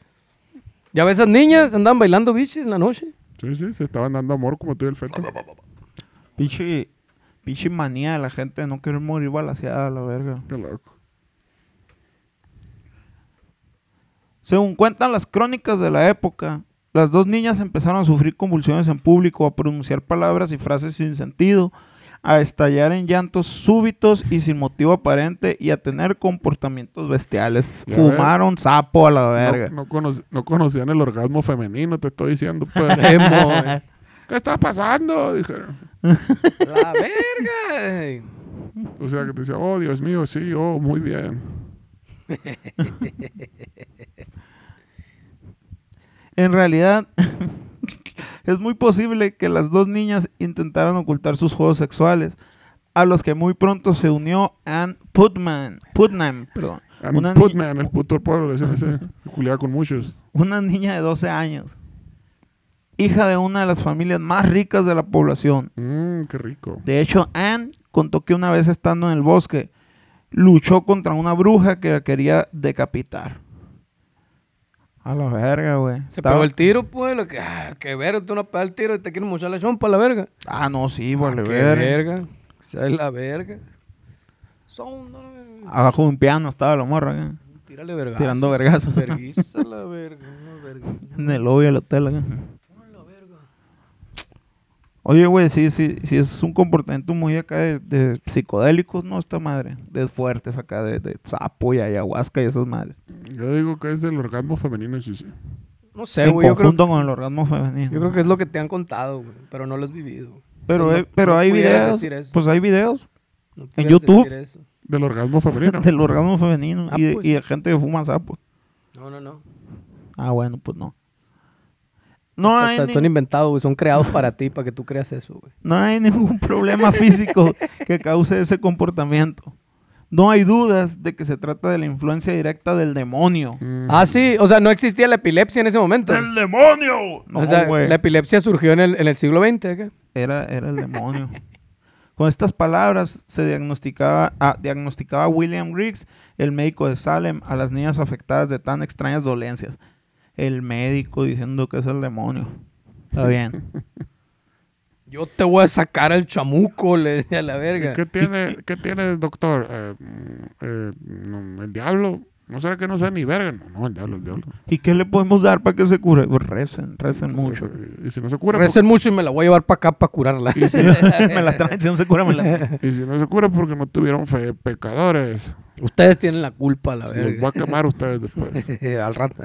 S3: Ya ves, esas niñas andaban bailando bichis en la noche.
S1: Sí, sí. Se estaban dando amor como tú y el feto.
S2: Pinche, pinche manía de la gente de no querer morir balaseada, la verga.
S1: Qué loco.
S2: Según cuentan las crónicas de la época, las dos niñas empezaron a sufrir convulsiones en público, a pronunciar palabras y frases sin sentido, a estallar en llantos súbitos y sin motivo aparente y a tener comportamientos bestiales.
S1: Ya ves.
S2: Fumaron sapo a la verga.
S1: No, no conoc- no conocían el orgasmo femenino, te estoy diciendo. pues.
S3: Emo, eh.
S1: ¿Qué está pasando? Dijeron.
S3: La verga. ey.
S1: O sea, que te decía, oh, Dios mío, sí, oh, muy bien.
S2: En realidad, es muy posible que las dos niñas intentaran ocultar sus juegos sexuales, a los que muy pronto se unió Ann Putman, Putnam, perdón,
S1: And
S2: una, ni-
S1: put me en el puto pueblo, le decían ese. Culiaba con muchos.
S2: una niña de 12 años, hija de una de las familias más ricas de la población.
S1: Mmm, qué rico.
S2: De hecho, Anne contó que una vez estando en el bosque, luchó contra una bruja que la quería decapitar. A la verga, güey.
S3: Se
S2: Estaba-
S3: pegó el tiro, pues. Lo que, ah, qué verga, tú no pegas el tiro y te quieres mochar la chompa, la verga.
S2: Ah, no, sí, vale,
S3: qué
S2: verga.
S3: verga. O sea, es la verga. Son, no, la verga.
S2: Abajo de un piano estaba la morra, acá,
S3: Tírale verga.
S2: Ah, Tirando vergazos.
S3: Verguiza la verga. no, verga.
S2: En el lobby del hotel, acá. Oye, güey, sí, sí, sí, es un comportamiento muy acá de, de psicodélicos, ¿no? Esta madre. De fuertes acá, de, de sapo y ayahuasca y esas madres.
S1: Yo digo que es del orgasmo femenino, sí, sí.
S3: No sé,
S2: en
S3: güey. Yo creo,
S2: conjunto con el orgasmo femenino.
S3: yo creo que es lo que te han contado, güey. Pero no lo has vivido.
S2: Pero,
S3: No-
S2: hay, pero
S3: no
S2: hay
S3: pudieras
S2: videos.
S3: decir eso.
S2: Pues hay videos
S3: No pudieras
S2: YouTube.
S3: decir eso.
S1: Del orgasmo femenino.
S2: del orgasmo femenino
S3: Ah,
S2: y, de,
S3: pues.
S2: y de gente que fuma sapo.
S3: No, no, no.
S2: Ah, bueno, pues no. No hay,
S3: Hasta
S2: ni-
S3: Son inventados, güey. Son creados para ti, para que tú creas eso, güey.
S2: No hay ningún problema físico que cause ese comportamiento. No hay dudas de que se trata de la influencia directa del demonio.
S1: Mm.
S3: Ah, sí. O sea, no existía la epilepsia en ese momento.
S2: ¡Del demonio! No,
S3: o sea,
S2: güey.
S3: la epilepsia surgió en el, en el siglo XX. acá.
S2: Era, era el demonio. Con estas palabras se diagnosticaba a, diagnosticaba a William Griggs, el médico de Salem, a las niñas afectadas de tan extrañas dolencias. El médico diciendo que es el demonio. Está bien.
S3: Yo te voy a sacar el chamuco, le decía la verga.
S1: ¿Qué tiene, ¿Qué tiene, doctor? Eh, mm, eh, no, el diablo. ¿No será que no sea ni verga? No, no, el diablo, el diablo.
S2: ¿Y qué le podemos dar para que se cure? Pues recen, recen mucho.
S1: Eh, Y si no se cura,
S3: Recen mucho y me la voy a llevar para acá para curarla.
S2: me la traen, si no se cura, me la
S1: por- y si no se cura porque no tuvieron fe, pecadores.
S3: Ustedes tienen la culpa, la
S1: Los
S3: verga.
S1: voy a quemar a ustedes después.
S3: Al rato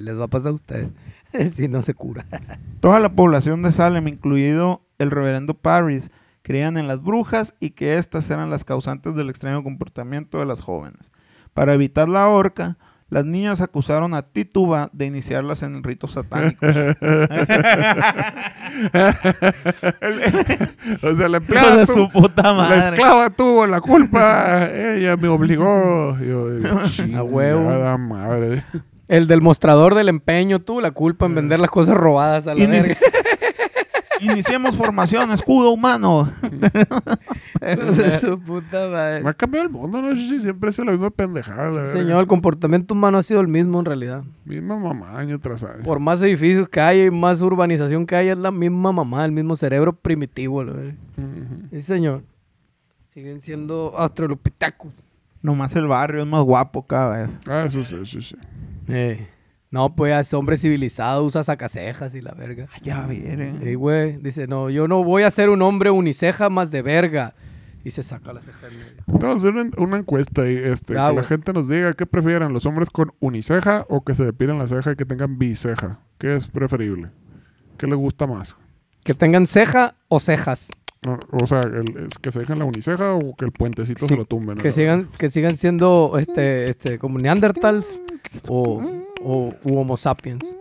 S3: les va a pasar a ustedes si no se cura.
S2: Toda la población de Salem, incluido el reverendo Parris, creían en las brujas y que éstas eran las causantes del extraño comportamiento de las jóvenes. Para evitar la horca, las niñas acusaron a Tituba de iniciarlas en ritos satánicos.
S1: o sea, la
S2: Hijo
S1: empleada,
S2: de
S1: tu-
S2: su puta madre.
S1: la esclava tuvo la culpa. Ella me obligó. Yo, digo,
S3: A huevo.
S1: chingada madre.
S3: El del mostrador del empeño, tú, la culpa en vender las cosas robadas a la
S2: Inici-
S3: verga.
S2: Iniciemos formación, escudo humano.
S3: De su puta madre.
S1: Me ha cambiado el mundo, ¿no? Sí, siempre ha sido la misma pendejada. la verga.
S3: Señor, el comportamiento humano ha sido el mismo en realidad.
S1: Misma mamá año tras año.
S3: Por más edificios que haya y más urbanización que haya, es la misma mamá, el mismo cerebro primitivo. la verga.
S1: Ujú.
S3: Sí, señor. Siguen siendo astrolopitacos.
S2: Nomás el barrio es más guapo cada vez.
S1: Ah, eso sí, eso sí.
S3: Eh, No, pues es hombre civilizado, usa sacacejas y la verga.
S2: Ya viene.
S3: Y güey, dice, no, yo no voy a ser un hombre uniceja más de verga. Y se saca la ceja en medio.
S1: Vamos a hacer una, una encuesta y este, que
S3: Ah,
S1: la
S3: güey.
S1: gente nos diga qué prefieren, los hombres con uniceja o que se depilen la ceja y que tengan biceja. ¿Qué es preferible? ¿Qué les gusta más?
S3: Que tengan ceja o cejas.
S1: No, o sea, el- es que se dejen la uniceja o que el puentecito se lo tumben. a
S3: Que
S1: la
S3: sigan, que sigan siendo este, este, como neandertals o, o u homo sapiens.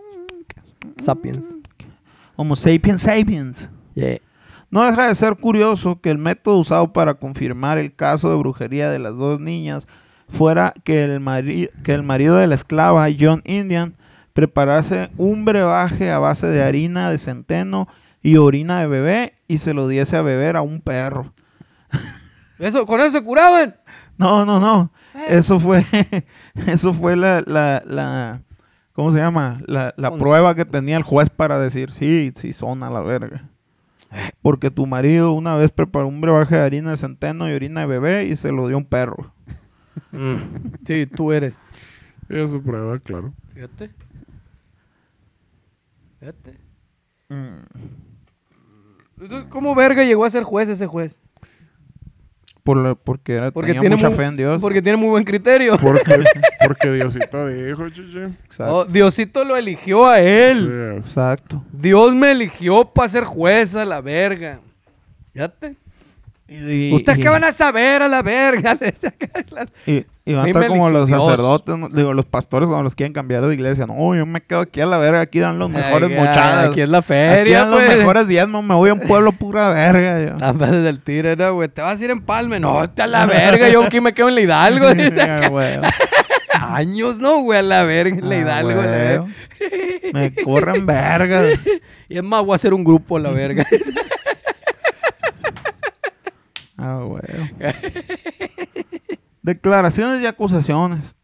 S3: Sapiens.
S2: Homo sapiens sapiens.
S3: Yeah.
S2: No deja de ser curioso que el método usado para confirmar el caso de brujería de las dos niñas fuera que el, mari- que el marido de la esclava, John Indian, preparase un brebaje a base de harina de centeno y orina de bebé y se lo diese a beber a un perro.
S3: Eso, con eso se curaban.
S2: No, no, no. Eso fue, eso fue la, la, la- ¿cómo se llama? La, la
S3: Cons-
S2: prueba que tenía el juez para decir, sí, sí son a la verga. Porque tu marido una vez preparó un brebaje de harina de centeno y orina de bebé y se lo dio a un perro.
S3: Mm. Sí, tú eres.
S1: verga. Eso prueba, claro.
S3: Fíjate. Fíjate. Mm. Entonces, ¿Cómo verga llegó a ser juez ese juez?
S2: Por la- porque era,
S3: Porque
S2: tenía
S3: tiene
S2: mucha
S3: muy-
S2: fe en Dios.
S3: Porque tiene muy buen criterio.
S1: Porque, porque Diosito dijo, chiche.
S2: Exacto.
S3: Oh, Diosito lo eligió a él.
S1: Sí,
S2: Exacto.
S3: Dios me eligió para ser juez a la verga. Fíjate.
S2: Y- y-
S3: ¿Ustedes
S2: y-
S3: qué van a saber a la verga? Le decía que la-
S2: Y, y van a
S3: Ahí
S2: estar
S3: me
S2: como
S3: eligió
S2: los
S3: Dios.
S2: sacerdotes, ¿no? digo, los pastores cuando los quieren cambiar de iglesia. No, yo me quedo aquí a la verga, aquí dan los mejores
S3: Ay,
S2: mochadas.
S3: Aquí es la
S2: Aquí
S3: feria,
S2: dan los
S3: pues.
S2: mejores diezmos, me voy a un pueblo pura verga. yo.
S3: Las madres del tigre, ¿no, güey? Te vas a ir en Palme. No, te a la verga. Yo aquí me quedo en la Hidalgo. Dice,
S2: Ah, güey.
S3: Años, ¿no, güey? A la verga, en la
S2: Ah,
S3: Hidalgo. a la
S2: güey.
S3: verga.
S2: Me corren vergas.
S3: Y es más, voy a hacer un grupo a la verga.
S2: Ah, güey. Declaraciones y acusaciones.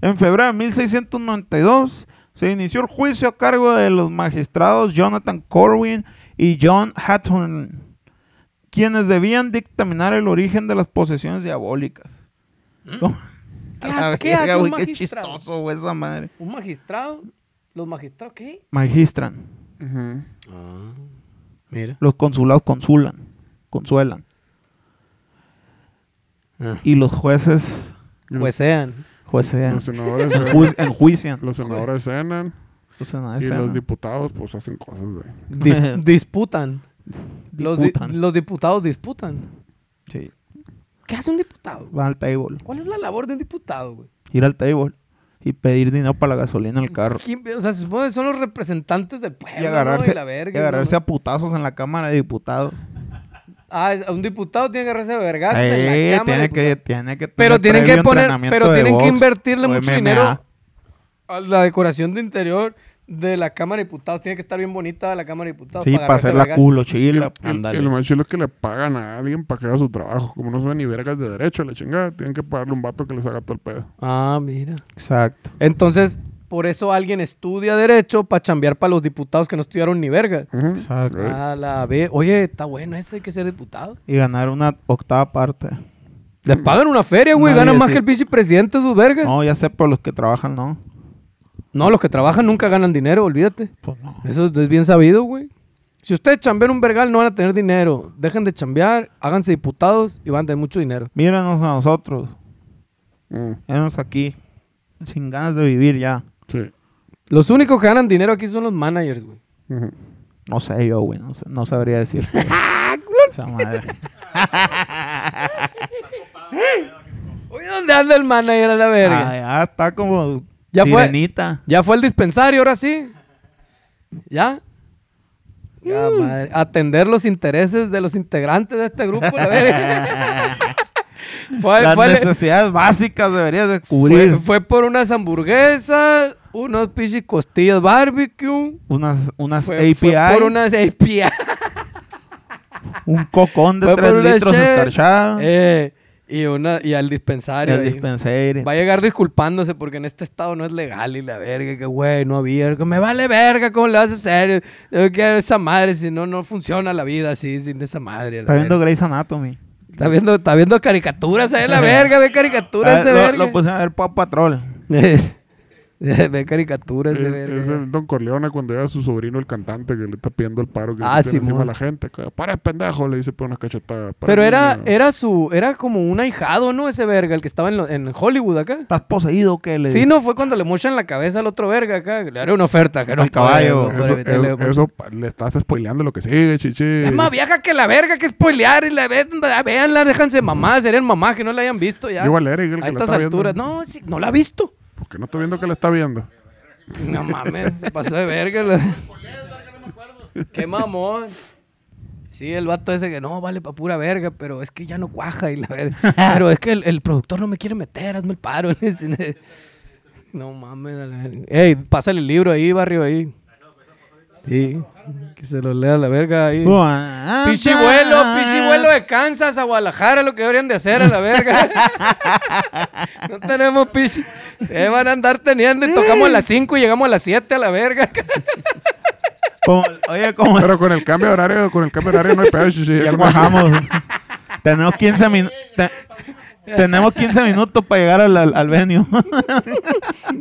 S2: En febrero de 1692 se inició el juicio a cargo de los magistrados Jonathan Corwin y John Hatton, quienes debían dictaminar el origen de las posesiones diabólicas.
S1: ¿Mm?
S2: ¿Cómo?
S3: ¿Qué
S2: A la
S3: hace- qué
S2: verga,
S3: hace un
S2: güey, qué
S3: magistrado?
S2: chistoso, güey, esa madre.
S3: ¿Un magistrado? ¿Los magistrados qué?
S2: Magistran.
S1: Ujú.
S3: Mira.
S2: Los consulados consulan, consuelan.
S3: Ah.
S2: Y los jueces
S1: Y los-
S3: Pues sean.
S2: juecean.
S1: Los senadores,
S2: Ju- enjuician.
S1: los senadores cenan
S2: O sea,
S3: Ah,
S2: no,
S1: y
S2: esa
S1: los
S2: no.
S1: diputados pues hacen cosas de...
S3: Dis- disputan. Los, di-
S2: Disputan.
S3: los diputados disputan.
S2: Sí,
S3: ¿Qué hace un diputado?
S2: van al table.
S3: ¿Cuál es la labor de un diputado, güey?
S2: Ir al table y pedir dinero para la gasolina al carro.
S3: ¿Quién- O sea, se supone que son los representantes del pueblo.
S2: Y
S3: ¿no?
S2: agarrarse,
S3: la verga,
S2: y agarrarse
S3: ¿no?
S2: a putazos en la Cámara de Diputados.
S3: Ah, es- un diputado tiene que agarrarse a vergas.
S2: Eh,
S3: en la Cámara de
S2: tiene, que,
S3: Diputados.
S2: tiene que
S3: Pero
S2: tener
S3: tienen que
S2: previo
S3: poner,
S2: entrenamiento
S3: pero
S2: de
S3: tienen que
S2: box
S3: invertirle
S2: o
S3: mucho
S2: MMA.
S3: dinero a la Ah, decoración de interior. de la Cámara de Diputados. Tiene que estar bien bonita la Cámara de Diputados.
S2: Sí, para
S3: agarrarse
S2: hacer
S3: a
S2: la
S3: verga-
S2: culo, chila.
S1: El-
S2: Ándale.
S1: Y lo más chido es que le pagan a alguien para que haga su trabajo. Como no saben ni vergas de derecho, la chingada, tienen que pagarle un vato que les haga todo el pedo.
S3: Ah, mira.
S2: Exacto.
S3: Entonces, por eso alguien estudia derecho para chambear para los diputados que no estudiaron ni verga.
S1: Ujú.
S2: Exacto.
S1: Ey.
S3: A la B. Oye, está bueno eso, hay que ser diputado.
S2: Y ganar una octava parte.
S3: Les pagan una feria, güey.
S2: Mm. Nadie
S3: Ganan más
S2: sí.
S3: que el pinche presidente, sus vergas. No.
S2: No, ya sé, por los que trabajan, no.
S3: los que trabajan nunca ganan dinero, olvídate.
S2: Pues no.
S3: Eso es bien sabido, güey. Si ustedes chambean un vergal, no van a tener dinero. Dejen de chambear, háganse diputados y van a tener mucho dinero.
S2: Míranos a nosotros.
S1: Mm,
S2: Míranos aquí. Sin ganas de vivir ya.
S1: sí.
S3: Los únicos que ganan dinero aquí son los managers, güey.
S1: Ujú.
S2: No sé yo, güey. No, sé- no sabría decir. Esa madre.
S3: Oye, ¿dónde anda el manager a la verga?
S2: Ah, ya está como
S3: Ya fue.
S2: sirenita.
S3: Ya fue el dispensario, ahora sí. ¿Ya? Ya,
S2: Mm.
S3: madre. Atender los intereses de los integrantes de este grupo. la verga. fue,
S2: Las
S3: fue-
S2: necesidades básicas deberías de
S3: fue-
S2: cubrir.
S3: fue por unas hamburguesas, unos pichis costillas barbecue.
S2: unas unas
S3: Fue,
S2: API.
S3: fue por unas API.
S2: Un cocón de
S3: fue por
S2: 3
S3: una
S2: litros
S3: chef,
S2: escarchado.
S3: eh, y, una, y al dispensario.
S2: el
S3: ahí.
S2: dispensaire.
S3: Va a llegar disculpándose porque en este estado no es legal y la verga, que güey, no había. que Me vale verga, ¿cómo le vas a hacer? Yo quiero esa madre, si no, no funciona la vida así, sin esa madre. la
S2: Está viendo
S3: verga.
S2: Grey's Anatomy.
S3: está viendo, está viendo caricaturas, ahí la verga, ve caricaturas,
S2: Ah,
S3: ese
S2: Lo,
S3: verga.
S2: lo pusieron a ver Paw Patrol.
S3: ve caricaturas,
S2: Este,
S3: ese
S1: Es,
S3: verga.
S1: es el Don Corleone cuando llega su sobrino, el cantante, que le está pidiendo el paro, que
S3: Ah,
S1: le tiene
S3: Simón.
S1: encima a la gente. que, para, pendejo, le dice por una cachetada. "Para,
S3: Pero era,
S1: niño".
S3: era su, era como un ahijado, ¿no? Ese verga, el que estaba en, lo- en Hollywood acá.
S2: ¿Estás poseído que le
S3: Sí, no, fue cuando le mochan la cabeza al otro verga acá. Le haré una oferta, que no
S2: Al caballo.
S3: puede, no
S1: Eso,
S3: puede evitarle-
S1: eso- eso pa- le estás spoileando lo que sigue, chichi.
S3: pues. Es más vieja que la verga que spoilear y la ve, veanla, déjense mamá, serían mamá que no la hayan visto ya.
S1: Yo Valeria, el que
S3: a
S1: la
S3: estas
S1: está viendo.
S3: alturas. No, sí, no la ha visto.
S1: ¿Por qué no estoy viendo que la está viendo?
S3: No mames, se pasó de verga. la- Qué mamón. Sí, el vato ese que no, vale pa' pura verga, pero es que ya no cuaja y la verga. Pero es que el, el productor no me quiere meter, hazme el paro. no mames. a la verga. Ey, pásale el libro ahí, barrio, ahí. Sí, que se lo lea la verga ahí. Pichi vuelo, pichi vuelo de Kansas a Guadalajara, lo que deberían de hacer a la verga. no tenemos pichi. Eh, van a andar teniendo y tocamos a las 5 y llegamos a las 7 a la verga.
S2: Como- Oye, como
S1: Pero con el cambio de horario, con el cambio de horario no hay pedo, chichi.
S2: ya
S1: Con-
S2: cuajamos. tenemos 15 minutos. tenemos 15 minutos para llegar al, al, al venue.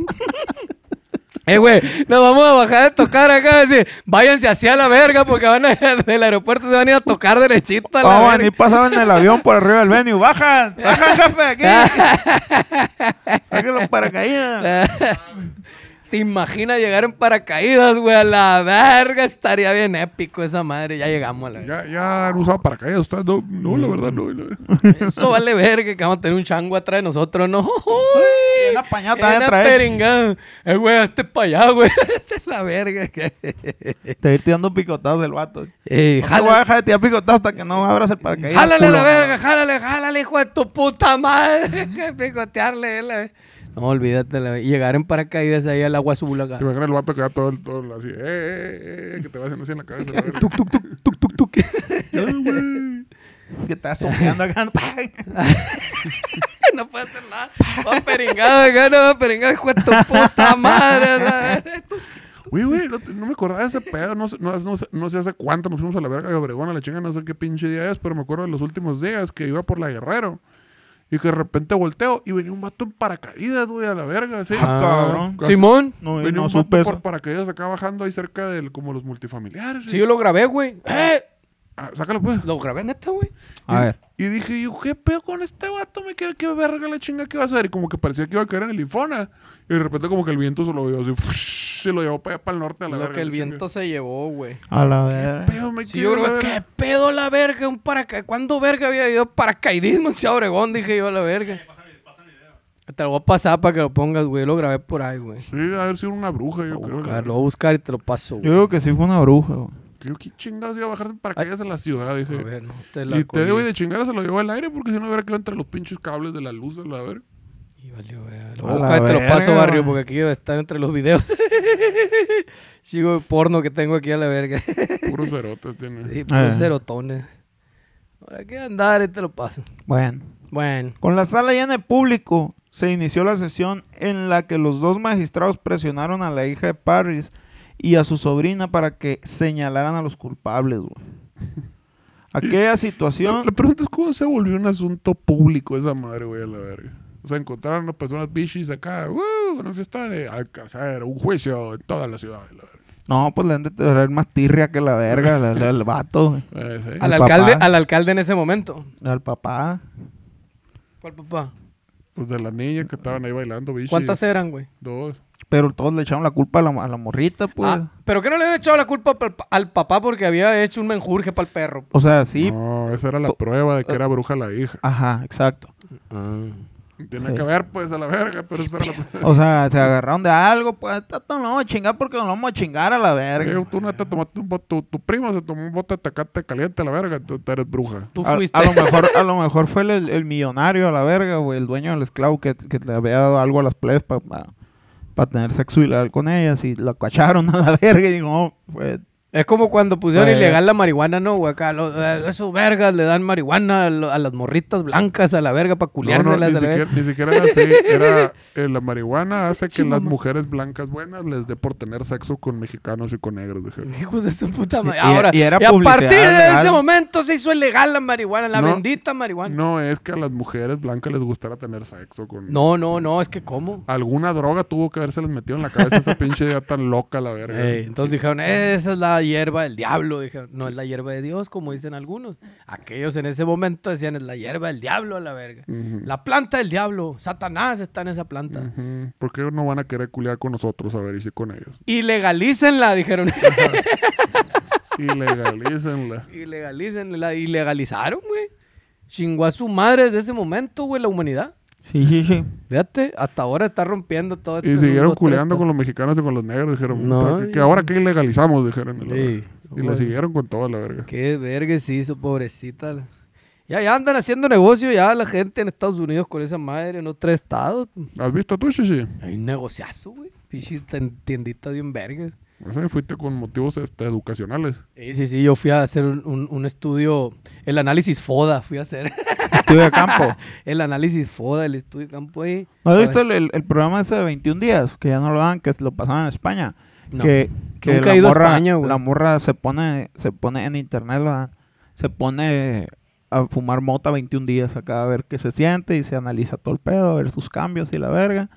S3: eh, güey, nos vamos a bajar de tocar acá. Decir, váyanse hacia la verga porque van a, del aeropuerto se van a ir a tocar derechito a la
S2: Vamos a
S3: verga.
S2: venir pasando en el avión por arriba del venue. ¡Bajan! ¡Bajan, jefe! ¡Aquí! ¡Aquí los paracaídas!
S3: ¿Te imaginas llegar en paracaídas, güey? A la verga, estaría bien épico esa madre. Ya llegamos a la verga.
S1: Ya, ya han usado paracaídas ustedes. No, no, la verdad, no. la-
S3: Eso vale verga que vamos a tener un chango atrás de nosotros, ¿no?
S2: Y una pañata de atrás.
S3: peringada. Eh, güey, este para allá, güey. Esta es la verga. que- Eh,
S2: Te voy tirando picotazos del vato.
S3: Ey,
S2: No te voy a
S3: jala-
S2: dejar de tirar picotazos hasta que no abras el paracaídas.
S3: jálale
S2: culo.
S3: la verga, jálale, jálale, hijo de tu puta madre. Deja de Picotearle. eh, la- No, olvídate. la- y Llegar en paracaídas ahí al agua azul acá.
S1: Te imaginas el vato que va todo, el- todo el así, eh, eh, eh, que te va haciendo así en la cabeza. la verga.
S3: Tuc, tuc, tuc, tuc, tuc, tuc.
S2: Que estás sopeando acá.
S3: no puede hacer nada. Va peringada acá, no va peringada, hijo de tu puta madre. la verga.
S1: Güey, güey, no, te- no me acordaba de ese pedo. No, sé- no, no sé- no sé hace cuánto nos fuimos a la verga de Obregón, a la chinga, no sé qué pinche día es, pero me acuerdo de los últimos días que iba por la Guerrero. Y que de repente volteo y venía un vato en paracaídas, güey, a la verga, así.
S2: Ah, cabrón.
S1: Casi-
S3: Simón.
S2: No,
S1: venía
S2: no
S1: un
S2: supe
S1: vato
S2: eso.
S1: por paracaídas acá bajando ahí cerca del, como los multifamiliares.
S3: Sí, yo lo grabé, güey. Eh,
S1: Ah, sácalo, pues.
S3: Lo grabé neta, güey.
S2: A ver.
S1: Y dije, yo, ¿qué pedo con este vato? Me quedé, qué verga la chinga que va a hacer. Y como que parecía que iba a caer en el infona. Y de repente, como que el viento se lo dio así, se lo llevó para allá, para el norte a la
S3: Lo
S1: verga.
S3: que el
S1: la chinga.
S3: viento se llevó, güey.
S2: A la verga.
S1: Pedo, me
S3: Sí,
S1: quedé
S3: yo
S1: la
S3: creo que
S1: verga.
S3: qué pedo la verga, un paracaidismo. ¿Cuándo verga había ido paracaidismo en Ciudad Obregón? Dije yo a la verga. Te lo voy a pasar para que lo pongas, güey. Lo grabé por ahí, güey.
S1: Sí, debe haber sido una bruja, yo creo.
S3: Claro, Lo voy a buscar y te lo paso,
S2: Yo
S3: güey.
S2: digo que sí fue una bruja, güey.
S1: Creo que chingados iba a bajarse para calles de la ciudad,
S3: A
S1: dije.
S3: ver, no te la
S1: y te digo, y
S3: colgué.
S1: de chingada se lo llevó al aire porque si no hubiera quedado entre los pinches cables de la luz, a la verga.
S3: Y valió, verga.
S2: A
S3: Lo voy a
S2: la
S3: buscar y te lo
S2: verga,
S3: paso, barrio,
S2: güey.
S3: porque aquí debe estar entre los videos. Chico de porno que tengo aquí a la verga.
S1: Puros cerotes tiene.
S3: Sí, puros
S2: Ah.
S3: serotones. Ahora qué andar, este lo paso.
S2: Bueno.
S3: Bueno,
S2: Con la sala llena de público, se inició la sesión en la que los dos magistrados presionaron a la hija de Parris y a su sobrina para que señalaran a los culpables, güey. Aquella
S1: La,
S2: situación...
S1: la pregunta es cómo se volvió un asunto público esa madre, güey, a la verga. O sea, encontraron a personas bichis acá, ¡wow! Una fiesta de a hacer un juicio en toda la ciudad, a la verga.
S2: No, pues le han de traer más tirria que la verga, la- la- el vato, güey.
S1: Eh, sí.
S3: al
S2: El papá.
S3: alcalde, al alcalde en ese momento.
S2: al papá.
S3: ¿Cuál papá?
S1: Pues de las niñas que estaban ahí bailando, bichis.
S3: ¿Cuántas eran, güey?
S1: Dos.
S2: Pero todos le echaron la culpa a la, a la morrita, pues.
S3: Ah, pero que no le habían echado la culpa pa'l pa- al papá porque había hecho un menjurje para el perro.
S2: O sea, sí.
S1: No, esa era la
S2: To-
S1: prueba de que era bruja la hija.
S2: Ajá, exacto. Ah.
S1: Tiene
S2: Sí.
S1: que ver, pues, a la verga, pero esa era la prueba.
S2: O sea, se agarraron de algo, pues, esto no lo vamos a chingar porque nos lo vamos a chingar a la verga.
S1: Eh, tú no te tomaste un bote, tu, tu prima se tomó un bote de tacate caliente a la verga, tú, tú eres bruja.
S3: Tú
S2: A,
S3: fuiste.
S2: a lo mejor, a lo mejor fue el, el millonario a la verga, güey, el dueño del esclavo que, que le había dado algo a las plebes para tener sexo ilegal con ellas y la cacharon a la verga y dijo, no, fue-
S3: Es como cuando pusieron
S2: Güey.
S3: ilegal la marihuana, ¿no, güey? Acá, lo- eh, esos vergas le dan marihuana a, lo- a las morritas blancas a la verga para
S1: No, no,
S3: culiárselas.
S1: ni
S3: a la verga.
S1: siquiera, ni siquiera era así. Era, eh, la marihuana hace que las mujeres blancas buenas les dé por tener sexo con mexicanos y con negros. dije.
S3: Hijos de su puta madre.
S2: Y- y-
S3: Ahora,
S2: y
S3: y,
S2: era
S3: a
S2: publicidad
S3: partir de
S2: legal.
S3: ese momento se hizo ilegal la marihuana, la
S1: No.
S3: bendita marihuana.
S1: No es que a las mujeres blancas les gustara tener sexo con...
S3: No, no, no, es que ¿cómo?
S1: Alguna droga tuvo que haberse les metido en la cabeza esa pinche idea tan loca, la verga.
S3: Ey, entonces dijeron, esa es la hierba del diablo. Dijeron, no es la hierba de Dios, como dicen algunos. Aquellos en ese momento decían, es la hierba del diablo a la verga.
S1: Ujú.
S3: La planta del diablo. Satanás está en esa planta.
S1: Ujú. ¿Por qué no van a querer culiar con nosotros? A ver, y si con ellos.
S3: Y legalícenla, dijeron.
S1: Y legalícenla.
S3: y legalícenla. Y legalizaron, güey. Chingó a su madre desde ese momento, güey, la humanidad.
S2: sí, sí, sí.
S3: Fíjate, hasta ahora está rompiendo todo
S1: Y
S3: este
S1: siguieron
S3: mundo, todo
S1: culeando
S3: esto.
S1: con los mexicanos y con los negros. Dijeron,
S3: No,
S1: "Puta, que,
S3: y-
S1: que ahora que ilegalizamos, dijeron. a la
S3: Sí.
S1: verga. Y le siguieron con toda la verga.
S3: Qué verga se hizo, pobrecita. Ya, ya andan haciendo negocio ya la gente en Estados Unidos con esa madre en otros estados.
S1: ¿Has visto tú, Shishi?
S3: Hay un negociazo, güey. Pichi, ten- tiendita bien verga.
S1: O sea, Pues, eh, fuiste con motivos este, educacionales.
S3: Sí, sí, sí, yo fui a hacer un, un- un estudio, el análisis FODA, fui a hacer.
S2: Estudio de campo.
S3: el análisis FODA, el estudio de campo ahí.
S2: ¿No has visto el, el- el programa ese de 21 días? Que ya no lo dan, que lo pasaban en España.
S3: No.
S2: Que, que
S3: Nunca
S2: la,
S3: he ido a
S2: morra,
S3: España, güey.
S2: la morra se pone, se pone en internet, la- se pone a fumar mota 21 días acá a ver qué se siente y se analiza todo el pedo, a ver sus cambios y la verga.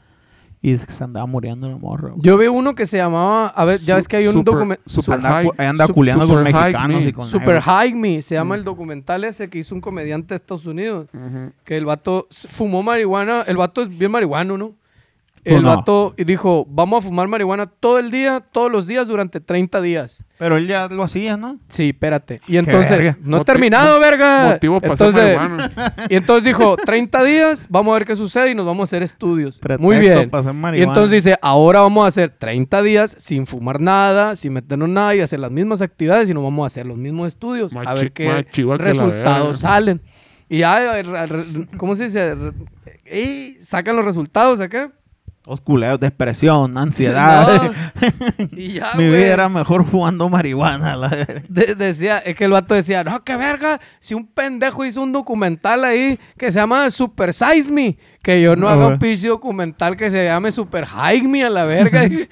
S2: Y dice que se andaba muriendo la morra. güey.
S3: Yo vi uno que se llamaba, a ver, ya
S1: Su-
S3: ves que hay un
S1: super-
S3: documento.
S1: Super
S2: anda,
S1: high-
S2: cu- anda
S1: su-
S2: culeando con
S1: super high
S2: mexicanos
S1: knee.
S2: y con
S3: Super
S2: negros.
S3: High Me, se llama el documental ese que hizo un comediante de Estados Unidos.
S1: Ujú.
S3: Que el vato s- fumó marihuana. El vato es bien marihuano, ¿no?
S2: Tú
S3: El
S2: Pues no.
S3: vato y dijo, vamos a fumar marihuana todo el día, todos los días, durante 30 días.
S2: Pero él ya lo hacía, ¿no?
S3: Sí, espérate. Y entonces,
S2: verga.
S3: no
S1: Moti-
S3: he terminado,
S1: mo-
S3: verga.
S1: Motivo para ser
S3: entonces,
S1: marihuana.
S3: Y entonces dijo, 30 días, vamos a ver qué sucede y nos vamos a hacer estudios. Muy
S2: Pretexto
S3: bien.
S2: para hacer
S3: Y
S2: marihuana.
S3: entonces dice, ahora vamos a hacer 30 días sin fumar nada, sin meternos nada y hacer las mismas actividades y nos vamos a hacer los mismos estudios.
S1: Más
S3: a
S1: chi-
S3: ver
S1: más
S3: qué
S1: chiva que la verga.
S3: resultados salen. Y ya, eh, re- re- ¿cómo se dice? Re- Y sacan los resultados acá.
S2: Los culeros, depresión, ansiedad.
S3: No. Y ya,
S2: Mi
S3: güey.
S2: vida era mejor fumando marihuana, la verga.
S3: De- decía, es que el vato decía, no, qué verga, si un pendejo hizo un documental ahí que se llama Super Size Me, que yo no,
S2: No,
S3: haga
S2: güey.
S3: un pinche documental que se llame Super High Me a la verga. Y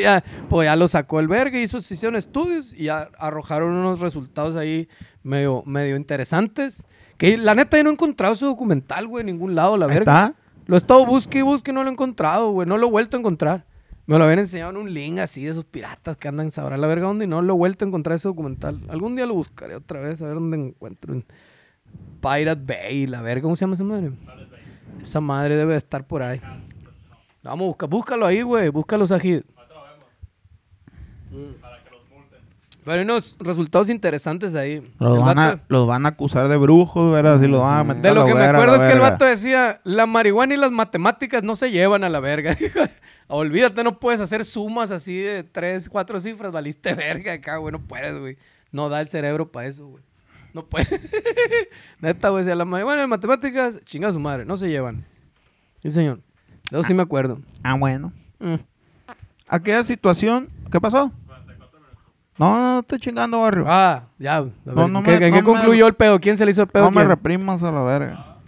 S3: ya, pues ya lo sacó el verga, hizo, se hicieron estudios y ya arrojaron unos resultados ahí medio, medio interesantes. Que la neta yo no he encontrado su documental, güey, en ningún lado, la
S2: Ahí
S3: verga.
S2: está.
S3: Lo he estado busque y busque, no lo he encontrado, güey. No lo he vuelto a encontrar. Me lo habían enseñado en un link así de esos piratas que andan sabrá la verga dónde y no lo he vuelto a encontrar ese documental. Algún día lo buscaré otra vez a ver dónde encuentro. En Pirate Bay, la verga, ¿cómo se llama esa madre? Esa madre debe de estar por ahí. Vamos, busca, búscalo ahí, güey. Búscalo, Sajid. Pero hay unos resultados interesantes ahí.
S2: Los
S3: El
S2: van,
S3: vato-
S2: a, los van a acusar de brujos, ¿verdad? Así los van a meter
S3: de
S2: a
S3: lo
S2: la
S3: que me
S2: hoguera,
S3: acuerdo
S2: la
S3: es que el
S2: verga.
S3: vato decía, la marihuana y las matemáticas no se llevan a la verga. Olvídate, no puedes hacer sumas así de tres, cuatro cifras, valiste verga acá, güey, no puedes, güey. No da el cerebro para eso, güey. No puedes. Neta, güey, decía, la marihuana y las matemáticas, chinga su madre, no se llevan. Sí, señor. De eso sí me acuerdo.
S2: Ah, bueno.
S3: Mm.
S2: aquella situación, ¿qué pasó? No, no, no estoy chingando, barrio.
S3: Ah, ya. a ver,
S2: No, no
S3: ¿en ¿Qué,
S2: me-
S3: en
S2: no
S3: qué
S2: me-
S3: concluyó el pedo? ¿Quién se le hizo el pedo?
S2: no me
S3: ¿Quién?
S2: reprimas a la verga.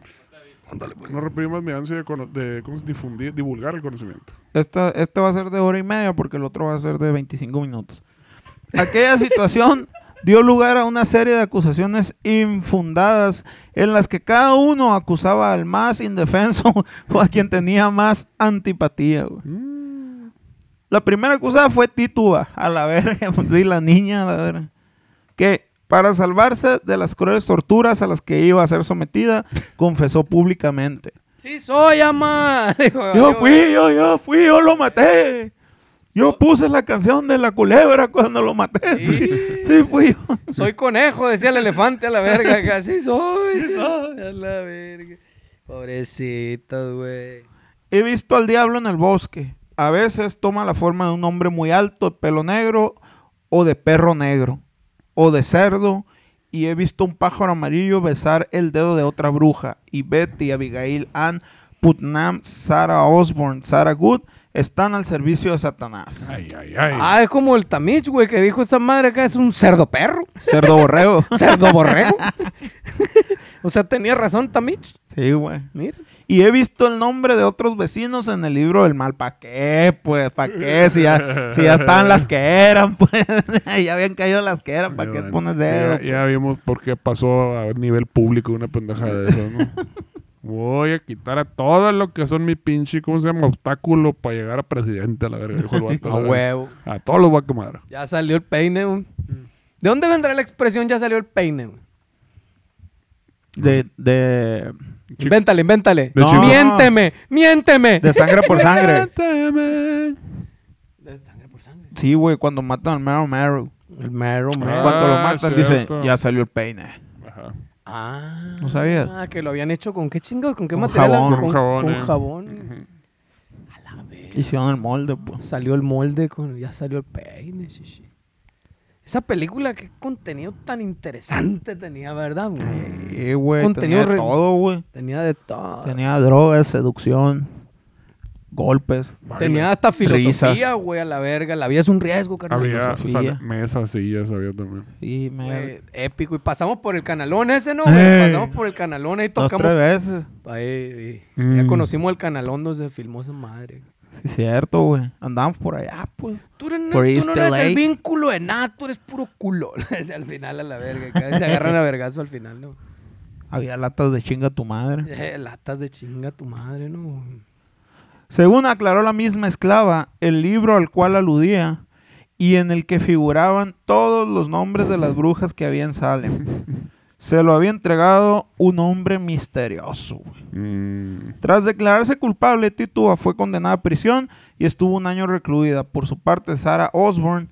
S2: pues.
S1: No reprimas mi ansia de, cono- de ¿cómo se difundir, divulgar el conocimiento.
S2: Esta, este va a ser de hora y media porque el otro va a ser de 25 minutos. Aquella situación dio lugar a una serie de acusaciones infundadas en las que cada uno acusaba al más indefenso o a quien tenía más antipatía. güey. La primera acusada fue Tituba, a la verga, pues, sí, la niña, a la verga. Que para salvarse de las crueles torturas a las que iba a ser sometida, confesó públicamente.
S3: Sí, soy, ama. Dijo,
S2: Yo
S3: dijo,
S2: fui, yo, yo fui, yo lo maté. Yo puse la canción de la culebra cuando lo maté. Sí,
S3: Sí.
S2: fui yo.
S3: Soy conejo, decía el elefante a la verga. que Así soy.
S2: Sí soy.
S3: A la verga. Pobrecita, güey.
S2: He visto al diablo en el bosque. A veces toma la forma de un hombre muy alto, de pelo negro, o de perro negro, o de cerdo. Y he visto un pájaro amarillo besar el dedo de otra bruja. Y Betty, Abigail, Ann, Putnam, Sarah Osborne, Sarah Good están al servicio de Satanás.
S5: Ay, ay, ay.
S3: Ah, es como el Tamich, güey, que dijo esta madre acá es un cerdo perro.
S2: Cerdo borrego.
S3: Cerdo borrego. o sea, tenía razón Tamich.
S2: Sí, güey.
S3: Mira.
S2: Y he visto el nombre de otros vecinos en el libro del mal. ¿Para qué? Pues, ¿para qué? Si ya, si ya estaban las que eran, pues. ya habían caído las que eran. ¿Para qué
S1: Bueno,
S2: pones pues? dedo?
S1: Ya, ya vimos por qué pasó a nivel público una pendeja de eso, ¿no? Voy a quitar a todo lo que son mi pinche, ¿cómo se llama? Obstáculo para llegar a presidente a la verga. dijo el vato,
S3: A
S1: a la verga.
S3: huevo.
S1: A todos los voy a quemar.
S3: Ya salió el peine, güey. ¿De dónde vendrá la expresión ya salió el peine, güey?
S2: De, de,
S3: Invéntale, invéntale.
S1: De
S2: Chico.
S3: Miénteme, miénteme.
S2: de sangre por sangre.
S1: Cuéntame.
S3: De sangre por sangre.
S2: Sí, güey, cuando matan al Mero Mero.
S3: El mero, mero.
S1: Ah,
S2: Cuando lo matan, dicen,
S1: cierto.
S2: ya salió el peine.
S1: Ajá.
S3: Ah.
S2: No sabía.
S3: Ah, que lo habían hecho con qué chingados, con qué
S2: Con
S3: material.
S2: jabón.
S3: Con
S1: Con jabón,
S3: Con
S1: eh.
S3: jabón.
S2: Hicieron el molde, pues.
S3: Salió el molde, con, ya salió el peine. sí, sí. Esa película, qué contenido tan interesante tenía, ¿verdad, güey?
S2: Sí, güey.
S3: Contenido
S2: Tenía
S3: re-
S2: todo, güey.
S3: Tenía de todo. Tenía,
S2: Tenía drogas, seducción, golpes.
S3: hasta
S2: Risas.
S3: filosofía, güey, a la verga. La vida es un riesgo, carnal.
S1: Había o
S2: filosofía.
S1: sea, mesas, sillas, había también.
S2: Sí, me.
S3: Güey, épico. Y pasamos por el canalón ese, ¿no? güey?
S2: Eh.
S3: Pasamos por el canalón ahí
S2: Dos,
S3: tocamos.
S2: tres veces.
S3: Ahí, ahí.
S1: Mm.
S3: Ya conocimos el canalón donde se filmó esa madre.
S2: Sí, cierto, güey. Andamos por allá, pues.
S3: Tú, eres,
S2: Por
S3: tú
S2: East
S3: no eres
S2: LA.
S3: el vínculo de nada, tú eres puro culo. Le dice al final a la verga. y cada vez se agarran a vergazo al final, ¿no?
S2: Había latas de chinga tu madre.
S3: Eh, latas de chinga tu madre, ¿no?
S2: Según aclaró la misma esclava, el libro al cual aludía y en el que figuraban todos los nombres de las brujas que había en Salem, se lo había entregado un hombre misterioso. güey.
S1: Mm.
S2: Tras declararse culpable, Tituba fue condenada a prisión y estuvo un año recluida. Por su parte, Sarah Osborne,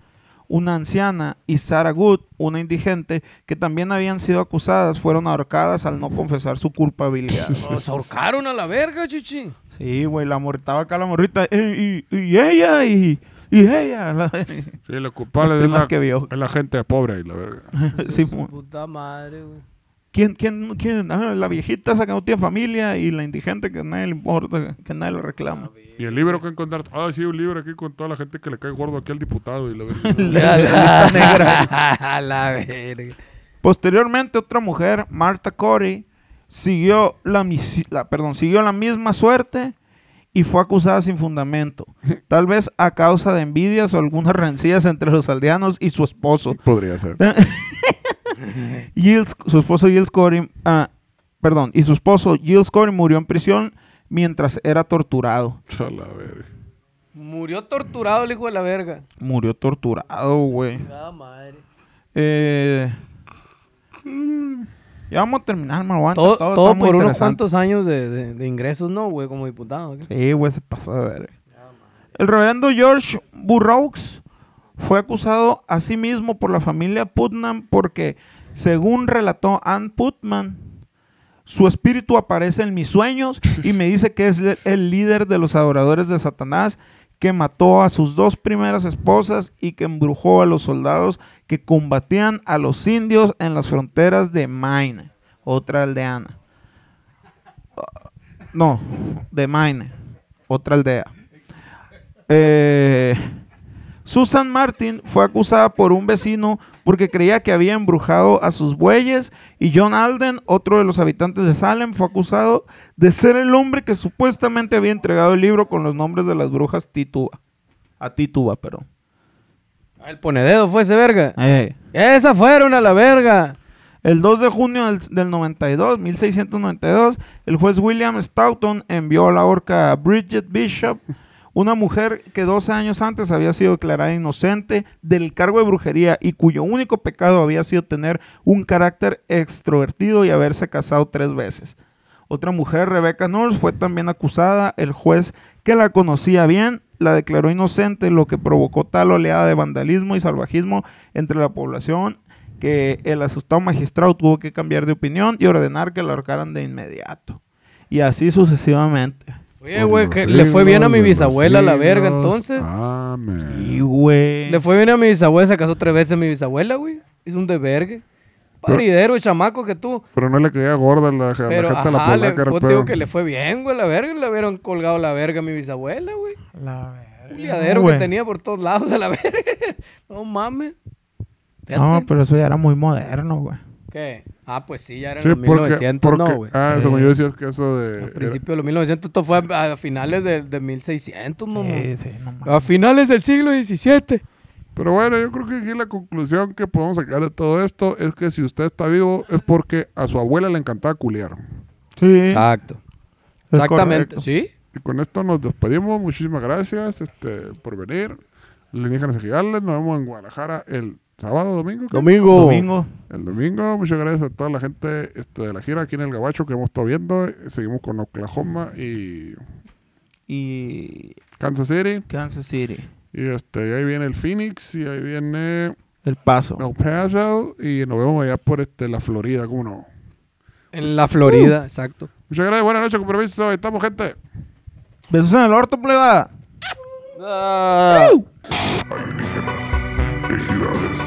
S2: una anciana, y Sarah Good, una indigente, que también habían sido acusadas, fueron ahorcadas al no confesar su culpabilidad.
S3: Nos ahorcaron a la verga, chichi.
S2: sí, güey, la mortaba acá la morrita. "Eh, Y, y ella, y, y ella. la-
S1: Sí, lo culpable de
S2: primas
S1: la,
S2: que vio.
S1: es la gente pobre y la verga.
S2: Sí, mo-
S3: Puta madre, güey.
S2: ¿Quién, quién, quién? Ah, la viejita esa que no tiene familia y la indigente que a nadie le importa, que nadie le reclama.
S1: Y el libro que encontrar. Ah, sí, un libro aquí con toda la gente que le cae gordo aquí al diputado y la verga.
S2: La- la lista negra.
S3: a la verga.
S2: Posteriormente, otra mujer, Marta Corey, siguió la, misi- la- perdón, siguió la misma suerte y fue acusada sin fundamento. Tal vez a causa de envidias o algunas rencillas entre los aldeanos y su esposo.
S1: Podría ser.
S2: Giles- su esposo Giles Corey, ah, perdón, y su esposo Giles Corey murió en prisión mientras era torturado.
S1: A la verga.
S3: Murió torturado el hijo de la verga.
S2: Murió torturado, güey.
S3: Puta madre.
S2: Eh, ya vamos a terminar, me aguanta,
S3: Todo,
S2: todo
S3: todo
S2: está muy
S3: por unos
S2: interesante.
S3: cuantos años de, de- de ingresos, ¿no, güey? Como diputado. ¿qué?
S2: Sí, güey, se pasó de ver. El reverendo George Burroughs fue acusado a sí mismo por la familia Putnam porque, según relató Ann Putman, su espíritu aparece en mis sueños y me dice que es el- el líder de los adoradores de Satanás que mató a sus dos primeras esposas y que embrujó a los soldados que combatían a los indios en las fronteras de Maine, otra aldeana. No, de Maine, otra aldea. eh, Susan Martin fue acusada por un vecino porque creía que había embrujado a sus bueyes y John Alden, otro de los habitantes de Salem, fue acusado de ser el hombre que supuestamente había entregado el libro con los nombres de las brujas Tituba. A Tituba, perdón.
S3: Ah, El ponededo fue ese verga.
S2: Eh,
S3: Esa fueron a la verga.
S2: El 2 de junio del, del 92, 1692, el juez William Stoughton envió a la horca a Bridget Bishop, una mujer que 12 años antes había sido declarada inocente del cargo de brujería y cuyo único pecado había sido tener un carácter extrovertido y haberse casado tres veces. Otra mujer, Rebecca Knowles, fue también acusada. El juez que la conocía bien la declaró inocente, lo que provocó tal oleada de vandalismo y salvajismo entre la población que el asustado magistrado tuvo que cambiar de opinión y ordenar que la ahorcaran de inmediato. Y así sucesivamente.
S3: Oye, Eh, güey, que le fue bien a mi bisabuela la verga entonces.
S2: Ah.
S1: Amén.
S2: Y güey.
S3: Le fue bien a mi bisabuela, se casó tres veces mi bisabuela, güey. Hizo un desvergue. Paridero, chamaco que tú.
S1: Pero no le caía gorda la, la
S3: Pero,
S1: gente a la
S3: ajá, le,
S1: polaca. era
S3: pues,
S1: pedo.
S3: digo que le fue bien, güey, la verga. Le hubieron colgado la verga a mi bisabuela, güey.
S2: La verga,
S3: Un liadero
S2: güey.
S3: que tenía por todos lados de la verga. No mames.
S2: No,
S3: Fíjate.
S2: pero eso ya era muy moderno, güey.
S3: ¿Qué? Ah, pues sí, ya era
S1: Sí,
S3: en los
S1: porque,
S3: 1900,
S1: porque-
S3: no, güey.
S1: Ah, eh,
S2: Sí.
S1: según yo decías que eso de...
S3: Al principio de los 1900, esto fue a, a finales de, de 1600, mamá.
S2: Sí, sí, no mames.
S3: A finales del siglo XVII.
S1: Pero bueno, yo creo que aquí la conclusión que podemos sacar de todo esto es que si usted está vivo es porque a su abuela le encantaba culiar.
S2: Sí,
S3: Exacto.
S2: es
S3: Exactamente.
S2: correcto.
S3: ¿Sí?
S1: Y con esto nos despedimos. Muchísimas gracias este, por venir. Alienígenas Ejidales. Nos vemos en Guadalajara el sábado, domingo. ¿qué?
S3: Domingo.
S2: Domingo.
S1: El domingo. Muchas gracias a toda la gente este, de la gira aquí en El Gabacho que hemos estado viendo. Seguimos con Oklahoma y
S2: Y
S1: Kansas City.
S2: Kansas City.
S1: Y este, y ahí viene el Phoenix y ahí viene
S2: El paso.
S1: El Paso. Y nos vemos allá por este, la Florida, ¿cómo no?
S3: En la
S2: Uh.
S3: Florida, exacto.
S1: Muchas gracias. Buenas noches, con permiso. Estamos, gente.
S2: Besos en el orto, Uh. plebada.
S3: Ah.
S5: Ejidales.